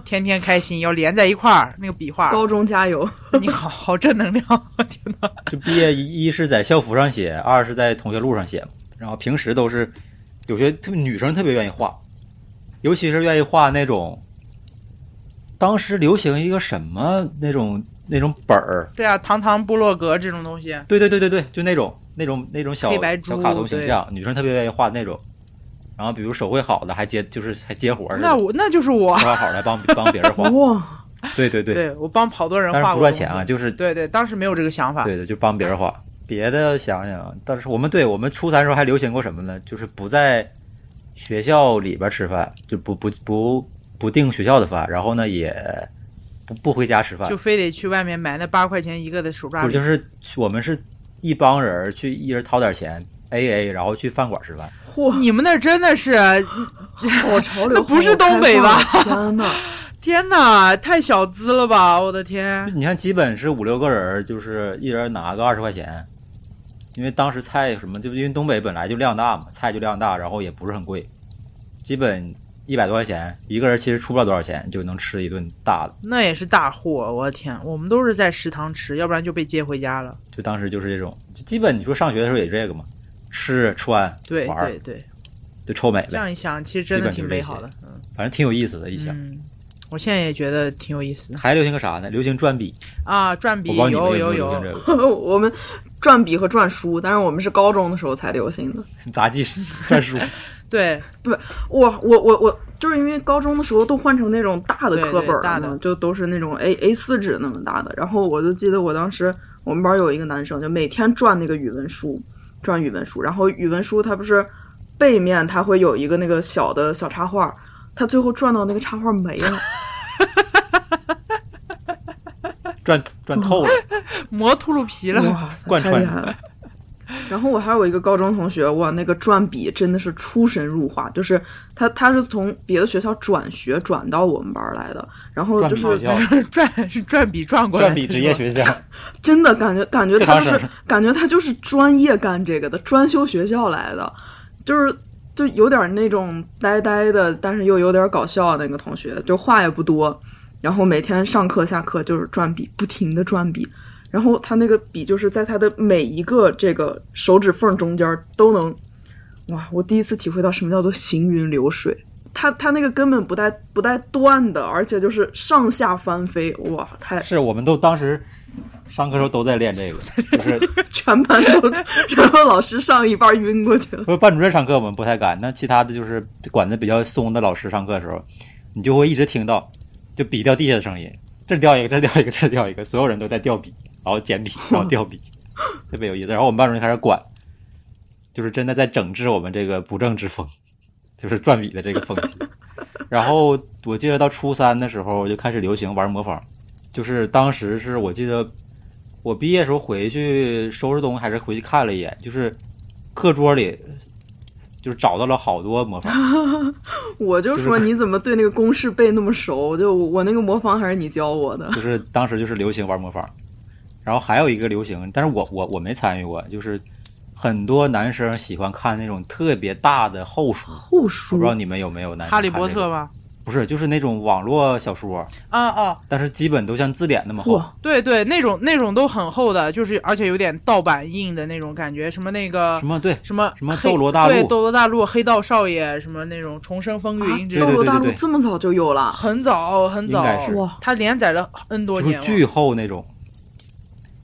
Speaker 1: 天天开心，要连在一块儿，那个笔 画，
Speaker 2: 高中加油！
Speaker 1: 你好好正能量，天呐，
Speaker 3: 就毕业一一是在校服上写，二是在同学录上写嘛。然后平时都是有些特别女生特别愿意画，尤其是愿意画那种当时流行一个什么那种那种本儿，
Speaker 1: 对啊，堂堂部落格这种东西，
Speaker 3: 对对对对对，就那种那种那种小
Speaker 1: 黑白猪
Speaker 3: 小卡通形象，女生特别愿意画那种。然后比如手绘好的还接就是还接活儿似的，
Speaker 1: 那我那就是我，
Speaker 3: 画好了还帮帮别人画，
Speaker 2: 哇，
Speaker 3: 对对对，
Speaker 1: 对我帮好多人
Speaker 3: 但
Speaker 1: 画
Speaker 3: 是
Speaker 1: 过
Speaker 3: 不赚钱
Speaker 1: 东
Speaker 3: 啊，
Speaker 1: 西，
Speaker 3: 就是
Speaker 1: 对对，当时没有这个想法，
Speaker 3: 对的，就帮别人花。别的想想啊，但是我们对我们初三时候还流行过什么呢？就是不在学校里边吃饭，就不不不不订学校的饭，然后呢也不不回家吃饭
Speaker 1: 就，非得去外面买那八块钱一个的手抓
Speaker 3: 不
Speaker 1: 饼，
Speaker 3: 就是我们是一帮人儿去一人掏点钱 A A，然后去饭馆吃饭。
Speaker 2: 嚯，
Speaker 1: 你们那儿真的是，
Speaker 2: 好潮流！
Speaker 1: 那不是东北吧
Speaker 2: 好开放啊？天呐，
Speaker 1: 天呐，太小资了吧！我的天，
Speaker 3: 你看，基本是五六个人儿，就是一人拿个二十块钱，因为当时菜什么，就因为东北本来就量大嘛，菜就量大，然后也不是很贵，基本一百多块钱，一个人其实出不了多少钱就能吃一顿大的。
Speaker 1: 那也是大户，我的天，我们都是在食堂吃，要不然就被接回家了。
Speaker 3: 就当时就是这种，就基本你说上学的时候也这个嘛，吃穿
Speaker 1: 对
Speaker 3: 玩儿
Speaker 1: 对对，
Speaker 3: 就臭美
Speaker 1: 这
Speaker 3: 呗，
Speaker 1: 样一想，其实真的挺美好的。
Speaker 3: 反正挺有意思的。一想、
Speaker 1: 嗯，我现在也觉得挺有意思的
Speaker 3: 还流行个啥呢？流行转笔，
Speaker 1: 啊，转
Speaker 3: 我
Speaker 1: 笔
Speaker 3: 不知道你们
Speaker 1: 有
Speaker 3: 有
Speaker 1: 有
Speaker 3: 没有流行这
Speaker 1: 有，
Speaker 3: 个
Speaker 2: 我们转笔和转书，但是我们是高中的时候才流行的。
Speaker 3: 杂技 转书，
Speaker 1: 对，
Speaker 2: 我我我我就是因为高中的时候都换成那种大的课本
Speaker 1: 对对大
Speaker 2: 儿了
Speaker 1: 的
Speaker 2: 嘛，就都是那种 A A 四纸那么大的。然后我就记得我当时我们班有一个男生，就每天转那个语文书，转语文书。然后语文书它不是背面它会有一个那个小的小插画儿，他最后转到那个插画儿没了。
Speaker 3: 转 转透了，
Speaker 1: 磨秃噜皮了。
Speaker 2: 哇塞，
Speaker 3: 嗯贯
Speaker 2: 太
Speaker 3: 穿
Speaker 2: 厉害了。然后我还有一个高中同学，哇，那个转笔真的是出神入化，就是他他是从别的学校转学转到我们班儿来的，然后
Speaker 3: 转
Speaker 2: 就
Speaker 3: 笔学
Speaker 2: 是
Speaker 3: 校，
Speaker 1: 转 是转笔转过来，
Speaker 3: 转笔职业学校，
Speaker 2: 真的感觉感觉
Speaker 3: 这
Speaker 2: 他
Speaker 3: 啥
Speaker 2: 就
Speaker 3: 事儿
Speaker 2: 是感觉他就是专业干这个的，专修学校来的，就是就有点那种呆呆的，但是又有点搞笑的那个同学，就话也不多，然后每天上课下课就是转笔，不停的转笔，然后他那个笔就是在他的每一个这个手指缝中间都能，哇！我第一次体会到什么叫做行云流水。他他那个根本不带不带断的，而且就是上下翻飞，哇！太
Speaker 3: 是我们都当时上课时候都在练这个，就是。
Speaker 2: 全班 都，然后老师上一半晕过去了。
Speaker 3: 不是班主任上课我们不太敢，那其他的就是管的比较松的老师上课的时候，你就会一直听到就笔掉地下的声音，这儿掉一个，这儿掉一个，这儿掉一个，所有人都在掉笔，然后捡笔，然后掉笔，特别有意思。然后我们班主任开始管，就是真的在整治我们这个不正之风。 就是转笔的这个风气。 然后我记得到初三的时候就开始流行玩魔方，就是当时是我记得我毕业时候回去收拾东西还是回去看了一眼，就是课桌里就是找到了好多魔 方，
Speaker 2: 我就说你怎么对那个公式背那么熟？就我那个魔方还是你教我的。
Speaker 3: 就是当时就是流行玩魔方。然后还有一个流行，但是我我我没参与过，就是很多男生喜欢看那种特别大的厚书，
Speaker 2: 后
Speaker 3: 我
Speaker 2: 书
Speaker 3: 不知道你们有没有男生
Speaker 1: 哈利
Speaker 3: 看
Speaker 1: 波
Speaker 3: 这
Speaker 1: 特
Speaker 3: 个
Speaker 1: 吧？
Speaker 3: 不是，就是那种网络小说，
Speaker 1: 啊哦，
Speaker 3: 但是基本都像字典那么厚。
Speaker 2: 哇，
Speaker 1: 对对，那种那种都很厚的，就是而且有点盗版印的那种感觉，什么那个
Speaker 3: 什么对
Speaker 1: 什么
Speaker 3: 什么
Speaker 1: 黑
Speaker 3: 斗罗大陆
Speaker 1: 对斗罗大陆、黑道少爷什么那种重生风
Speaker 2: 啊
Speaker 1: 云之类
Speaker 2: 斗
Speaker 1: 的，
Speaker 2: 罗大陆
Speaker 3: 对对对对
Speaker 2: 这么早就有了，
Speaker 1: 很早很早
Speaker 3: 应该是，
Speaker 2: 哇，
Speaker 1: 它连载了 N 多
Speaker 3: 就是
Speaker 1: 年了，
Speaker 3: 巨厚那种，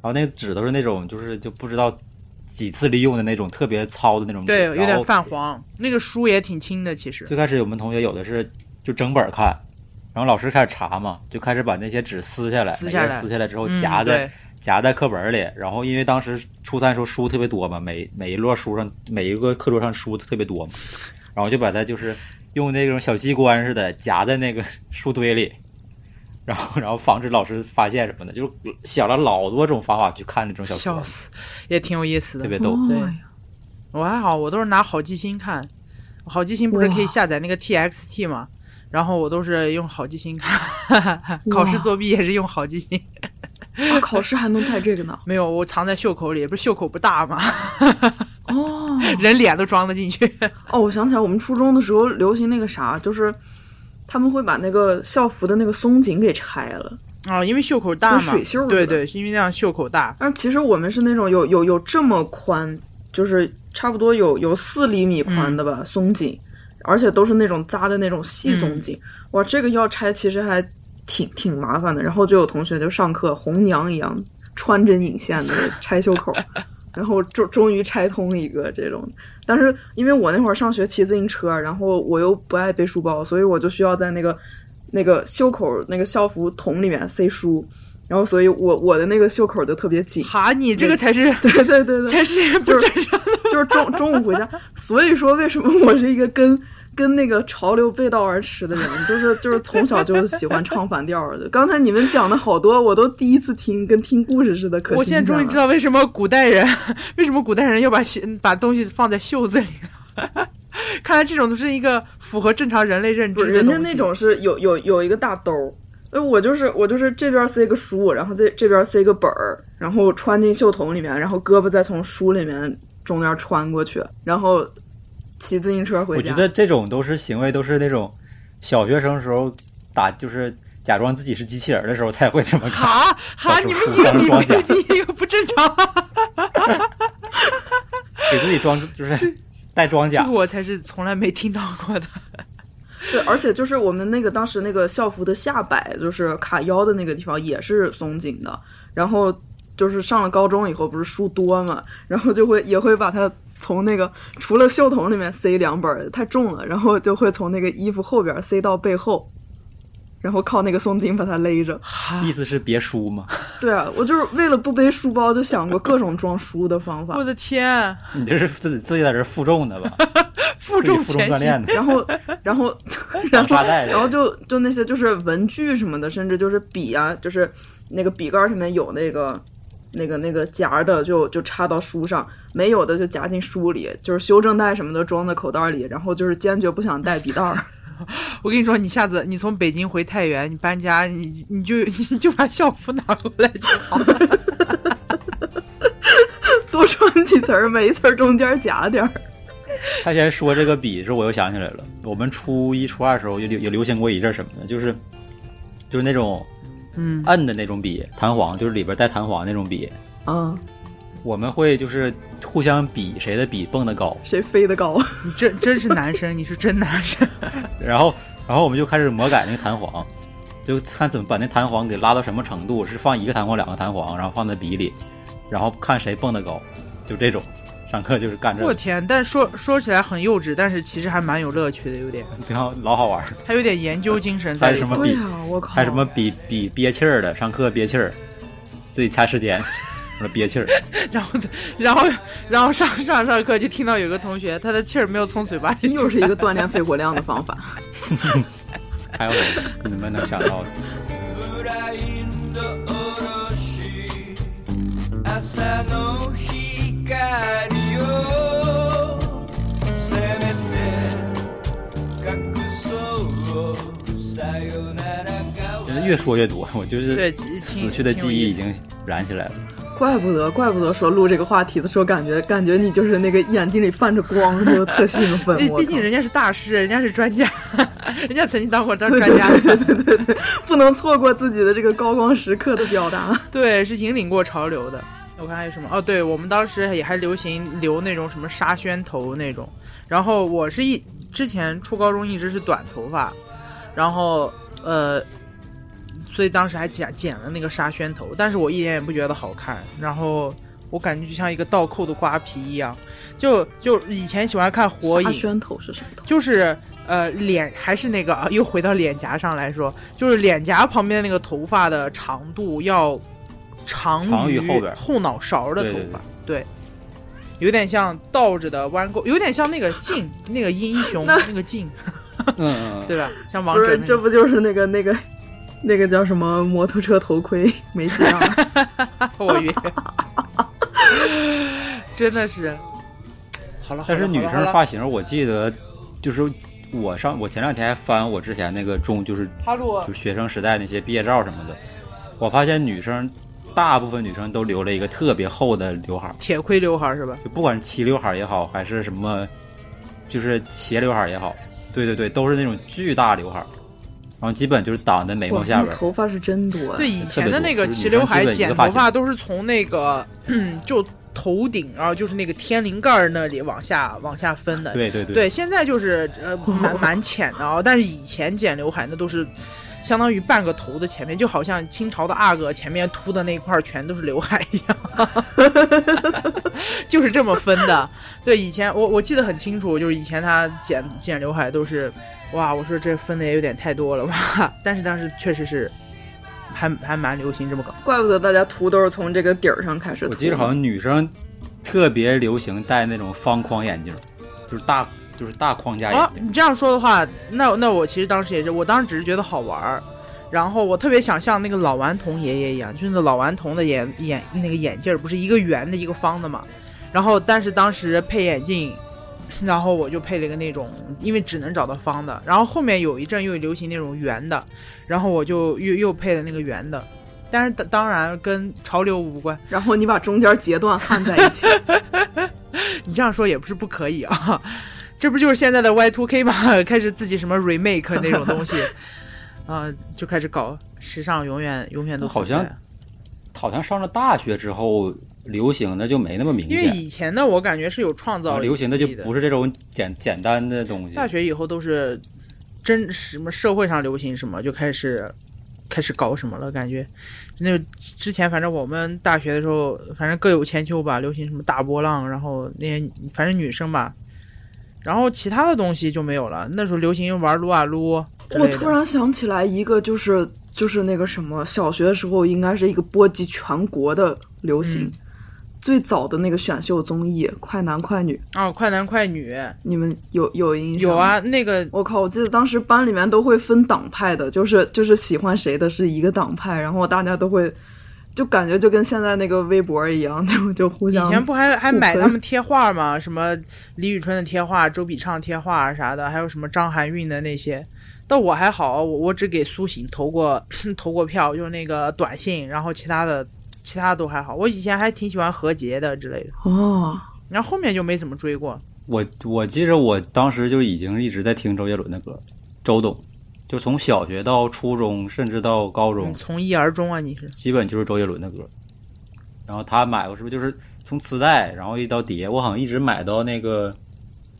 Speaker 3: 然后那纸都是那种就是就不知道几次利用的那种特别糙的那种纸。
Speaker 1: 对，有
Speaker 3: 然
Speaker 1: 点
Speaker 3: 后
Speaker 1: 泛黄。那个书也挺轻的，其实
Speaker 3: 最开始我们同学有的是就整本儿看，然后老师开始查嘛，就开始把那些纸撕下来，
Speaker 1: 撕
Speaker 3: 每
Speaker 1: 下
Speaker 3: 个
Speaker 1: 来
Speaker 3: 撕下来之后
Speaker 1: 嗯
Speaker 3: 夹在、
Speaker 1: 对
Speaker 3: 夹在课本里。然后因为当时初三时候书特别多嘛，每每一摞书上每一个课桌上书特别多嘛，然后就把它就是用那种小机关似的夹在那个书堆里。然后，然后防止老师发现什么的，就是想了老多种方法去看那种小
Speaker 1: 笑
Speaker 3: 说，
Speaker 1: 死，也挺有意思
Speaker 3: 特
Speaker 1: 的。
Speaker 3: 别逗。
Speaker 2: 哦
Speaker 1: 对，我还好，我都是拿好记星看，好记星不是可以
Speaker 2: 哇
Speaker 1: 下载那个 TXT 吗？然后我都是用好记星看，考试作弊也是用好记星。
Speaker 2: 啊，考试还能带这个呢？
Speaker 1: 没有，我藏在袖口里，不是袖口不大吗？
Speaker 2: 哦
Speaker 1: 人脸都装得进去。
Speaker 2: 哦，我想起来，我们初中的时候流行那个啥，就是他们会把那个校服的那个松紧给拆了。
Speaker 1: 啊，因为袖口大嘛，
Speaker 2: 跟水袖似的
Speaker 1: 对对，是因为那样袖口大。
Speaker 2: 但是其实我们是那种有有有这么宽，就是差不多有有四厘米宽的吧，松紧，而且都是那种扎的那种细松紧。哇，这个要拆其实还挺挺麻烦的。然后就有同学就上课红娘一样穿针引线的拆袖口，然后终终于拆通一个这种。但是因为我那会儿上学骑自行车，然后我又不爱背书包，所以我就需要在那个那个袖口那个校服筒里面塞书。然后，所以我我的那个袖口就特别紧，
Speaker 1: 哈，你这个才是
Speaker 2: 对对对 对，
Speaker 1: 才是不
Speaker 2: 就是
Speaker 1: 正常。
Speaker 2: 就是中中午回家，所以说为什么我是一个跟跟那个潮流背道而驰的人，就是就是从小就喜欢唱反调儿的。刚才你们讲的好多，我都第一次听，跟听故事似的，可
Speaker 1: 我现在终于知
Speaker 2: 道，
Speaker 1: 道为什么古代人 为什么古代人要把袖把东西放在袖子里。 看来这种都是一个符合正常人类认
Speaker 2: 不
Speaker 1: 知
Speaker 2: 是
Speaker 1: 的
Speaker 2: 人家
Speaker 1: 东西
Speaker 2: 那种是有有有一个大兜儿。呃，我就是我就是这边塞个书，然后这这边塞个本儿，然后穿进袖筒里面，然后胳膊再从书里面中间穿过去，然后骑自行车回
Speaker 3: 我
Speaker 2: 家。
Speaker 3: 觉得这种都是行为，都是那种小学生时候打，就是假装自己是机器人的时候才会这么干。
Speaker 1: 哈哈，啊
Speaker 3: 到处
Speaker 1: 你们
Speaker 3: 铺
Speaker 1: 一个
Speaker 3: 上
Speaker 1: 比
Speaker 3: 装甲
Speaker 1: 一个不正常，啊
Speaker 3: 给自己装就是带装
Speaker 1: 这
Speaker 3: 甲
Speaker 1: 个，我才是从来没听到过的。
Speaker 2: 对，而且就是我们那个当时那个校服的下摆，就是卡腰的那个地方也是松紧的。然后就是上了高中以后，不是书多嘛，然后就会也会把它从那个除了袖筒里面塞两本儿，太重了，然后就会从那个衣服后边儿塞到背后，然后靠那个松紧把它勒着。
Speaker 1: 哈
Speaker 3: 意思是别输嘛。
Speaker 2: 对啊，我就是为了不背书包，就想过各种装书的方 法
Speaker 1: 我。的天，啊
Speaker 3: 你这是自己自己在这儿负重的吧？
Speaker 1: 负
Speaker 3: 自己
Speaker 1: 重
Speaker 3: 负重
Speaker 1: 前
Speaker 3: 锻
Speaker 1: 行。
Speaker 3: 炼的，
Speaker 2: 然后，然后， 然
Speaker 3: 绑
Speaker 2: 后
Speaker 3: 沙袋
Speaker 2: 然后
Speaker 3: 的。
Speaker 2: 就就那些就是文具什么的，甚至就是笔啊，就是那个笔杆儿上面有那个那个那个夹儿的就，就插到书上；没有的就夹进书里，就是修正带什么的装在口袋里，然后就是坚决不想带笔袋儿。
Speaker 1: 我跟你说，你下次你从北京回太原，你搬家，你你就 你就把校服拿回来就 好了。
Speaker 2: 多穿几层儿，每一层儿中间夹点儿。
Speaker 3: 他先说这个笔时候，我又想起来了，我们初一、初二时候也流也流行过一阵儿什么的，就是就是那种
Speaker 1: 嗯，
Speaker 3: 摁的那种笔，弹簧，就是里边带弹簧那种笔。
Speaker 2: 嗯，
Speaker 3: 我们会就是互相比谁的笔蹦得高，
Speaker 2: 谁飞得高？啊
Speaker 1: 你真真是男生，你是真男生。
Speaker 3: 然后然后我们就开始魔改那个弹簧，就看怎么把那弹簧给拉到什么程度，是放一个弹簧、两个弹簧，然后放在笔里，然后看谁蹦得高，就这种。上课就是干 这
Speaker 1: 我
Speaker 3: 个，
Speaker 1: 天，但说说起来很幼稚，但是其实还蛮有乐趣的，有点，
Speaker 3: 挺好，老好玩儿。
Speaker 1: 还有点研究精神在里
Speaker 3: 还有什
Speaker 1: 头
Speaker 3: 么。
Speaker 2: 对呀、啊，我靠！
Speaker 3: 还有什么比比憋气儿的，上课憋气儿，自己掐时间，我说憋气儿，
Speaker 1: 然后，然后，然后上上上课就听到有个同学，他的气儿没有从嘴巴里出
Speaker 2: 又是一个锻炼肺活量的方 法。
Speaker 3: 还有什么你们能想到的？
Speaker 4: ブラインドおろし朝の光をせめて隠そうさよなら顔
Speaker 3: 就是越说越多，我就是
Speaker 1: 对其实挺
Speaker 3: 死去的记忆已
Speaker 1: 挺
Speaker 3: 经燃起来了。
Speaker 2: 怪不得，怪不得说录这个话题的时候，感觉感觉你就是那个眼睛里泛着光，就特兴 奋。
Speaker 1: 毕
Speaker 2: 我
Speaker 1: 毕竟
Speaker 2: 靠
Speaker 1: 人家是大师，人家是专家， 人家曾经当过当
Speaker 2: 对
Speaker 1: 专
Speaker 2: 对
Speaker 1: 家，
Speaker 2: 对对对对对，不能错过自己的这个高光时刻的表达。
Speaker 1: 对，是引领过潮流的。我看还有什么？哦，对，我们当时也还流行留那种什么沙宣头那种。然后我是一之前初高中一直是短头发，然后呃，所以当时还剪剪了那个沙宣头，但是我一点也不觉得好看。然后我感觉就像一个倒扣的瓜皮一样，就就以前喜欢看火
Speaker 2: 啥
Speaker 1: 影，
Speaker 2: 宣头是什么头？
Speaker 1: 就是呃脸还是那个啊，又回到脸颊上来说，就是脸颊旁边那个头发的长度要长
Speaker 3: 长于
Speaker 1: 于
Speaker 3: 后边儿
Speaker 1: 脑勺的
Speaker 3: 对
Speaker 1: 头
Speaker 3: 对
Speaker 1: 发，对有点像倒着的弯钩，有点像那个镜，那个英 雄
Speaker 2: 那
Speaker 1: 那个镜，
Speaker 3: 嗯，
Speaker 1: 对吧？像王
Speaker 2: 不
Speaker 1: 者
Speaker 2: 是，
Speaker 1: 那
Speaker 2: 这
Speaker 1: 种。
Speaker 2: 不就是那个那个那个叫什么摩托车头盔 没解啊？
Speaker 1: 我晕， 真的是。好了，
Speaker 3: 但是
Speaker 1: 好了
Speaker 3: 女
Speaker 1: 好
Speaker 3: 生
Speaker 1: 了
Speaker 3: 发型，我记得就是我上我前两天还翻我之前那个中就是
Speaker 1: 哈鲁
Speaker 3: 就学生时代那些毕业照什么的，我发现女生大部分女生都留了一个特别厚的刘海儿，
Speaker 1: 铁盔刘海儿是吧？
Speaker 3: 就不管是齐刘海儿也好，还是什么，就是斜刘海儿也好，对对对，都是那种巨大刘海儿，然后基本就是挡在
Speaker 1: 哎
Speaker 3: 眉毛
Speaker 2: 哇，
Speaker 3: 下
Speaker 1: 嗯
Speaker 2: 那
Speaker 3: 边儿。
Speaker 2: 头发是真多。啊
Speaker 1: 对，以前的那个
Speaker 3: 特别多
Speaker 1: 齐刘海
Speaker 3: 就是女生基本一个
Speaker 1: 剪
Speaker 3: 发
Speaker 1: 头
Speaker 3: 型
Speaker 1: 发都是从那个，嗯，就头顶啊，就是那个天灵盖儿那里往下往下分的。
Speaker 3: 对对对，
Speaker 1: 现在就是呃蛮蛮浅的啊，但是以前剪刘海那都是相当于半个头的前面，就好像清朝的阿哥前面秃的那块儿全都是刘海一样， 就是这么分的。对，以前我我记得很清楚，就是以前他剪剪刘海都是，哇，我说这分的也有点太多了吧，但是当时确实是。还还蛮流行这么搞，
Speaker 2: 怪不得大家涂都是从这个底儿上开始涂。
Speaker 3: 我记得好像女生特别流行戴那种方框眼镜，就是大就是大框架眼
Speaker 1: 啊，
Speaker 3: 镜。
Speaker 1: 你这样说的话，那那我其实当时也是，我当时只是觉得好玩儿，然后我特别想像那个老顽童爷爷一样，就是那老顽童的眼眼那个眼镜儿不是一个圆的，一个方的嘛。然后但是当时配眼镜，然后我就配了一个那种，因为只能找到方的。然后后面有一阵又流行那种圆的，然后我就又又配了那个圆的。但是当当然跟潮流无关，
Speaker 2: 然后你把中间截断焊在一起，
Speaker 1: 你这样说也不是不可以啊，这不就是现在的 Y two K 吗？ 开始自己什么 remake 那种东西，啊、就开始搞时尚，永远永远都
Speaker 3: 好
Speaker 1: 存在
Speaker 3: 像好像上了大学之后，流行的就没那么明
Speaker 1: 因为
Speaker 3: 显，啊
Speaker 1: 以前的我感觉是有创造力
Speaker 3: 流行的就
Speaker 1: 的
Speaker 3: 不是这种简简单的东西。
Speaker 1: 大学以后都是真什么社会上流行什么就开始开始搞什么了，感觉那之前反正我们大学的时候，反正各有千秋吧，流行什么大波浪，然后那些反正女生吧，然后其他的东西就没有了。那时候流行玩撸啊撸之类
Speaker 2: 我
Speaker 1: 的，
Speaker 2: 突然想起来一个，就是就是那个什么，小学的时候应该是一个波及全国的流行。
Speaker 1: 嗯
Speaker 2: 最早的那个选秀综艺《快男快女》，
Speaker 1: 啊，快男快女
Speaker 2: 你们有有印象？
Speaker 1: 有！啊，那个
Speaker 2: 我靠，我记得当时班里面都会分党派的，就是就是喜欢谁的是一个党派，然后大家都会，就感觉就跟现在那个微博一样，就就互
Speaker 1: 以
Speaker 2: 相。
Speaker 1: 前不还还
Speaker 2: 互
Speaker 1: 买
Speaker 2: 喷
Speaker 1: 他们贴画吗？什么李宇春的贴画、周笔畅贴画啥的，还有什么张含韵的那些。但我还好，我我只给苏醒投过 投过票，就是那个短信，然后其他的其他都还好。我以前还挺喜欢何洁的之类的，
Speaker 2: 哦，
Speaker 1: 然后后面就没怎么追过。
Speaker 3: 我我记着我当时就已经一直在听周杰伦的歌，周董，就从小学到初中，甚至到高中
Speaker 1: 嗯，从一而终啊，你是
Speaker 3: 基本就是周杰伦的歌。然后他买过是不是就是从磁带，然后一到碟，我好像一直买到那个，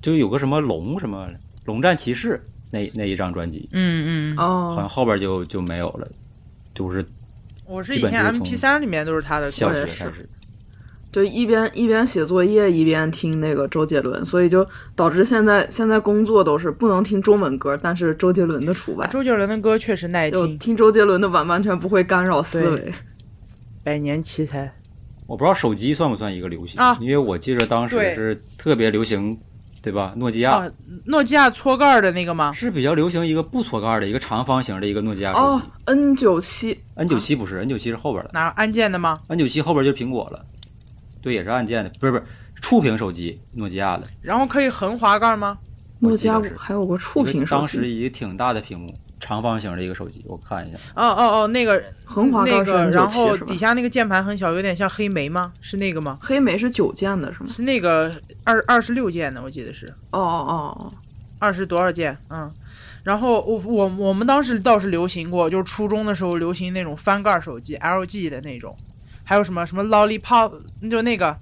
Speaker 3: 就有个什么龙什么龙战骑士那那一张专辑，
Speaker 1: 嗯嗯，
Speaker 2: 哦，
Speaker 3: 好像后边就就没有了，就是
Speaker 1: 我是
Speaker 3: 基
Speaker 1: 以
Speaker 3: 本
Speaker 1: 前
Speaker 3: 就是
Speaker 1: M
Speaker 3: 从
Speaker 1: P 三里面都是他的
Speaker 3: 小
Speaker 1: 歌
Speaker 3: 学
Speaker 2: 也
Speaker 3: 开始。
Speaker 2: 对，一边一边写作业一边听那个周杰伦，所以就导致现在现在工作都是不能听中文歌，但是周杰伦的除外。
Speaker 1: 啊周杰伦的歌确实耐
Speaker 2: 就
Speaker 1: 听，
Speaker 2: 听周杰伦的完完全不会干扰思
Speaker 1: 对
Speaker 2: 维。
Speaker 1: 百年奇才。
Speaker 3: 我不知道手机算不算一个流行
Speaker 1: 啊
Speaker 3: 因为我记着当时
Speaker 1: 对
Speaker 3: 是特别流行，对吧？诺基亚、
Speaker 1: 啊，诺基亚搓盖儿的那个吗？
Speaker 3: 是比较流行一个不搓盖儿的一个长方形的一个诺基亚手机、
Speaker 2: 哦，N 九七
Speaker 3: n 九七不是、n 九七是后边的
Speaker 1: 拿按键的吗？
Speaker 3: ，N 九七后边就是苹果了，对，也是按键的，不是不是触屏手机，诺基亚的，
Speaker 1: 然后可以横滑盖吗？
Speaker 2: 诺基亚
Speaker 3: 我记得是
Speaker 2: 还有个触
Speaker 3: 因
Speaker 2: 屏
Speaker 3: 为
Speaker 2: 手
Speaker 3: 当时
Speaker 2: 机，
Speaker 3: 一个挺大的屏幕，长方形的一个手机，我看一下，
Speaker 1: 哦哦哦，那个
Speaker 2: 横滑
Speaker 1: 那
Speaker 2: 盖是
Speaker 1: 个，
Speaker 2: N
Speaker 1: 然
Speaker 2: 九七
Speaker 1: 后
Speaker 2: 是吧
Speaker 1: 底？下那个键盘很小，有点像黑莓吗？是那个吗？
Speaker 2: 黑莓是九键的是吗？
Speaker 1: 是那个二二十六键的，我记得是
Speaker 2: 哦哦哦，
Speaker 1: 二十多少键？嗯。然后我我我们当时倒是流行过，就是初中的时候流行那种翻盖手机，LG 的那种，还有什么什么 lollipop，就那个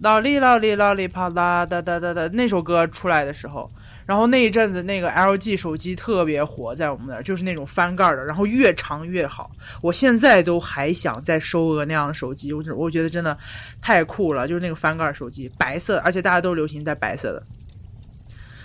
Speaker 1: lolly lolly lollipop 啦哒哒哒哒那首歌出来的时候，然后那一阵子那个 LG 手机特别火，在我们那儿就是那种翻盖的，然后越长越好。我现在都还想再收个那样的手机，我就我觉得真的太酷了，就是那个翻盖手机，白色，而且大家都流行戴白色的。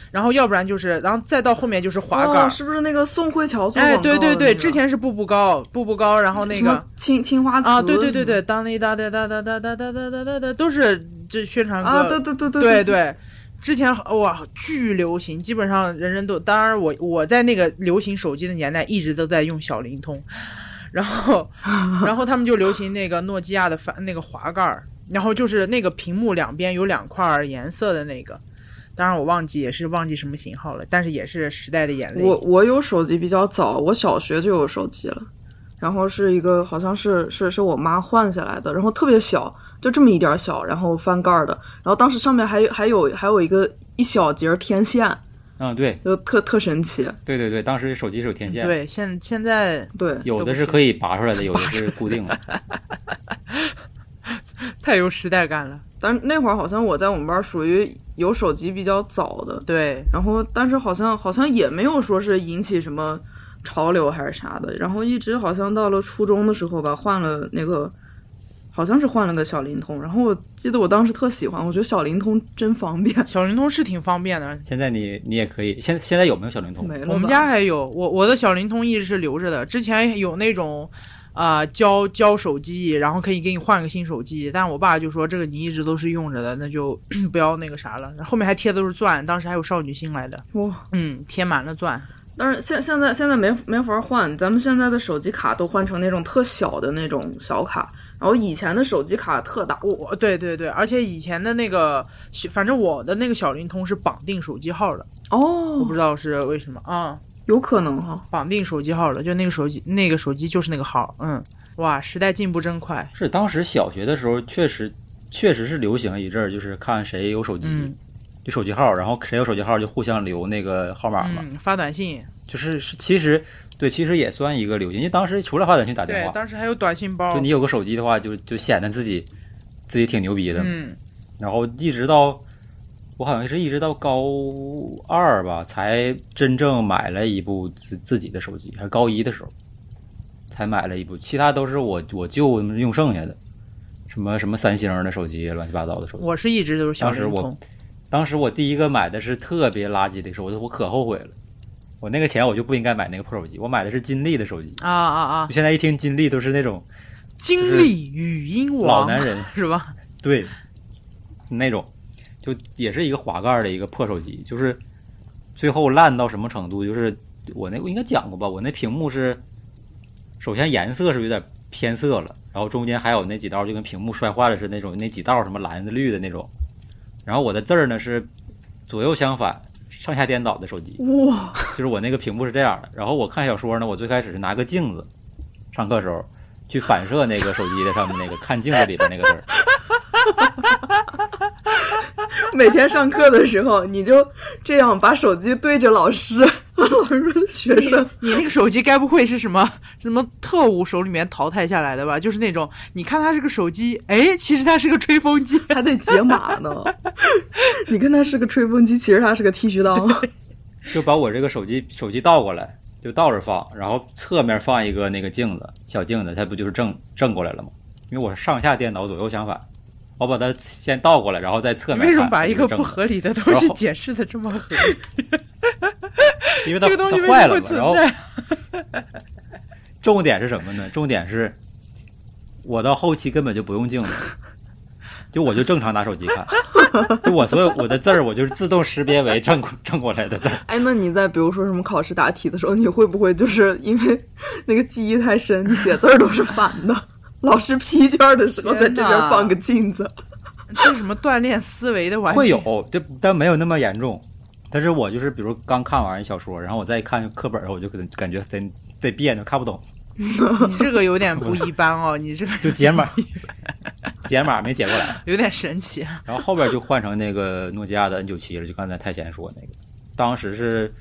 Speaker 1: 然后要不然就是，然后再到后面就是滑盖儿
Speaker 2: 哦，，是不是那个宋慧乔做广
Speaker 1: 哎，
Speaker 2: 告的那
Speaker 1: 对
Speaker 2: 个？
Speaker 1: 对对，之前是步步高，步步高，然后那
Speaker 2: 什么
Speaker 1: 个
Speaker 2: 青青花瓷
Speaker 1: 啊，对对对对，当滴哒哒哒哒哒哒哒哒哒哒哒，都是这宣传歌，
Speaker 2: 啊，对对对对
Speaker 1: 对
Speaker 2: 对，
Speaker 1: 之前哇巨流行，基本上人人都。当然我，我在那个流行手机的年代，一直都在用小灵通，然 后然后他们就流行那个诺基亚的翻那个滑盖儿，然后就是那个屏幕两边有两块儿颜色的那个。当然，我忘记也是忘记什么型号了，但是也是时代的眼泪。
Speaker 2: 我我有手机比较早，我小学就有手机了，然后是一个好像是是是我妈换下来的，然后特别小，就这么一点儿小，然后翻盖儿的，然后当时上面还有还有还有一个一小节儿天线，
Speaker 3: 嗯，对
Speaker 2: 就特特神奇，
Speaker 3: 对对对，当时手机是有天线的，
Speaker 1: 对，现现在
Speaker 2: 对，
Speaker 3: 有的是可以拔出来的，有的是固定的。
Speaker 1: 太有时代感了。
Speaker 2: 但是那会儿好像我在我们班儿属于有手机比较早的，
Speaker 1: 对，
Speaker 2: 然后但是好像好像也没有说是引起什么潮流还是啥的，然后一直好像到了初中的时候吧，换了那个好像是换了个小灵通，然后我记得我当时特喜欢，我觉得小灵通真方便，
Speaker 1: 小灵通是挺方便的，
Speaker 3: 现在你你也可以，现现在有没有小灵通？
Speaker 2: 没了吧。
Speaker 1: 我们家还有我我的小灵通一直是留着的，之前有那种。啊、交交手机，然后可以给你换个新手机，但我爸就说这个你一直都是用着的，那就 不要那个啥了。后面还贴的都是钻，当时还有少女心来的，
Speaker 2: 哇，
Speaker 1: 嗯，贴满了钻。
Speaker 2: 但是现现在现在没没法换，咱们现在的手机卡都换成那种特小的那种小卡，然后以前的手机卡特大，
Speaker 1: 我我对对对，而且以前的那个，反正我的那个小灵通是绑定手机号的，我
Speaker 2: 哦
Speaker 1: 不，知道是为什么啊、
Speaker 2: 有可能哈、
Speaker 1: 绑定手机号了，就那个手机那个手机就是那个号，嗯，哇，时代进步真快，
Speaker 3: 是当时小学的时候，确实确实是流行一阵儿，就是看谁有手机，
Speaker 1: 嗯
Speaker 3: 就手机号，然后谁有手机号就互相留那个号码嘛。
Speaker 1: 嗯，发短信，
Speaker 3: 就是是其实对，其实也算一个流行，因为当时除了发短信打电
Speaker 1: 对，
Speaker 3: 话，
Speaker 1: 当时还有短信包，
Speaker 3: 就你有个手机的话，就就显得自己自己挺牛逼的。
Speaker 1: 嗯，
Speaker 3: 然后一直到我好像是一直到高二吧，才真正买了一部自自己的手机，还是高一的时候才买了一部，其他都是我我舅用剩下的，什么什么三星的手机，乱七八糟的手机。
Speaker 1: 我是一直都是小灵
Speaker 3: 当时
Speaker 1: 通，
Speaker 3: 当时我第一个买的是特别垃圾的手机，我可后悔了，我那个钱我就不应该买那个破手机，我买的是金立的手机。
Speaker 1: 啊啊啊！
Speaker 3: 现在一听金立都是那种
Speaker 1: 经历语音
Speaker 3: 老
Speaker 1: 王
Speaker 3: 男人，
Speaker 1: 是吧？
Speaker 3: 对，那种就也是一个滑盖儿的一个破手机，就是最后烂到什么程度？就是我那我应该讲过吧，我那屏幕是首先颜色是有点偏色了，然后中间还有那几道就跟屏幕摔坏了似的那种，那几道什么蓝的绿的那种，然后我的字儿呢是左右相反。上下颠倒的手机，
Speaker 2: 哇，
Speaker 3: 就是我那个屏幕是这样的。然后我看小说呢，我最开始是拿个镜子，上课时候去反射那个手机的上面那个看镜子里边那个字儿，
Speaker 2: 每天上课的时候，你就这样把手机对着老师， 老师说学生
Speaker 1: 你那个手机该不会是什么 什么特务手里面淘汰下来的吧？就是那种你看它是个手机，哎，其实它是个吹风机。
Speaker 2: 还得解码 呢。你看他是个吹风机，其实他是个剃须刀。
Speaker 3: 就把我这个手机手机倒过来，就倒着放，然后侧面放一个那个镜子，小镜子，它不就是正正过来了吗？因为我是上下颠倒，左右相反，我把它先倒过来，然后再侧
Speaker 1: 你
Speaker 3: 面看。
Speaker 1: 为什么把一个
Speaker 3: 它
Speaker 1: 不
Speaker 3: 就是正的
Speaker 1: 合理的东西解释的这么合 理？
Speaker 3: 因为它
Speaker 1: 这个东西
Speaker 3: 它
Speaker 1: 为
Speaker 3: 坏
Speaker 1: 什么会
Speaker 3: 了嘛。
Speaker 1: 存
Speaker 3: 然后
Speaker 1: 在？
Speaker 3: 重点是什么呢？重点是我到后期根本就不用镜子，就我就正常拿手机看，就我所有我的字儿，我就是自动识别为正正过来的字儿。
Speaker 2: 哎，那你在比如说什么考试答题的时候，你会不会就是因为那个记忆太深，你写字儿都是反的？ 老师批卷儿的时候在这边放个镜子，
Speaker 1: 这是什么锻炼思维的玩具？
Speaker 3: 会有，这但没有那么严重。但是我就是比如刚看完一小说，然后我再看课本儿，我就可能感觉贼贼别扭，看不懂，
Speaker 1: 你这个有点不一般 哦，你这个
Speaker 3: 就解码，解码没解过来。
Speaker 1: 有点神奇。啊
Speaker 3: 然后后边就换成那个诺基亚的 N 九七了，就刚才太贤说那个，当时是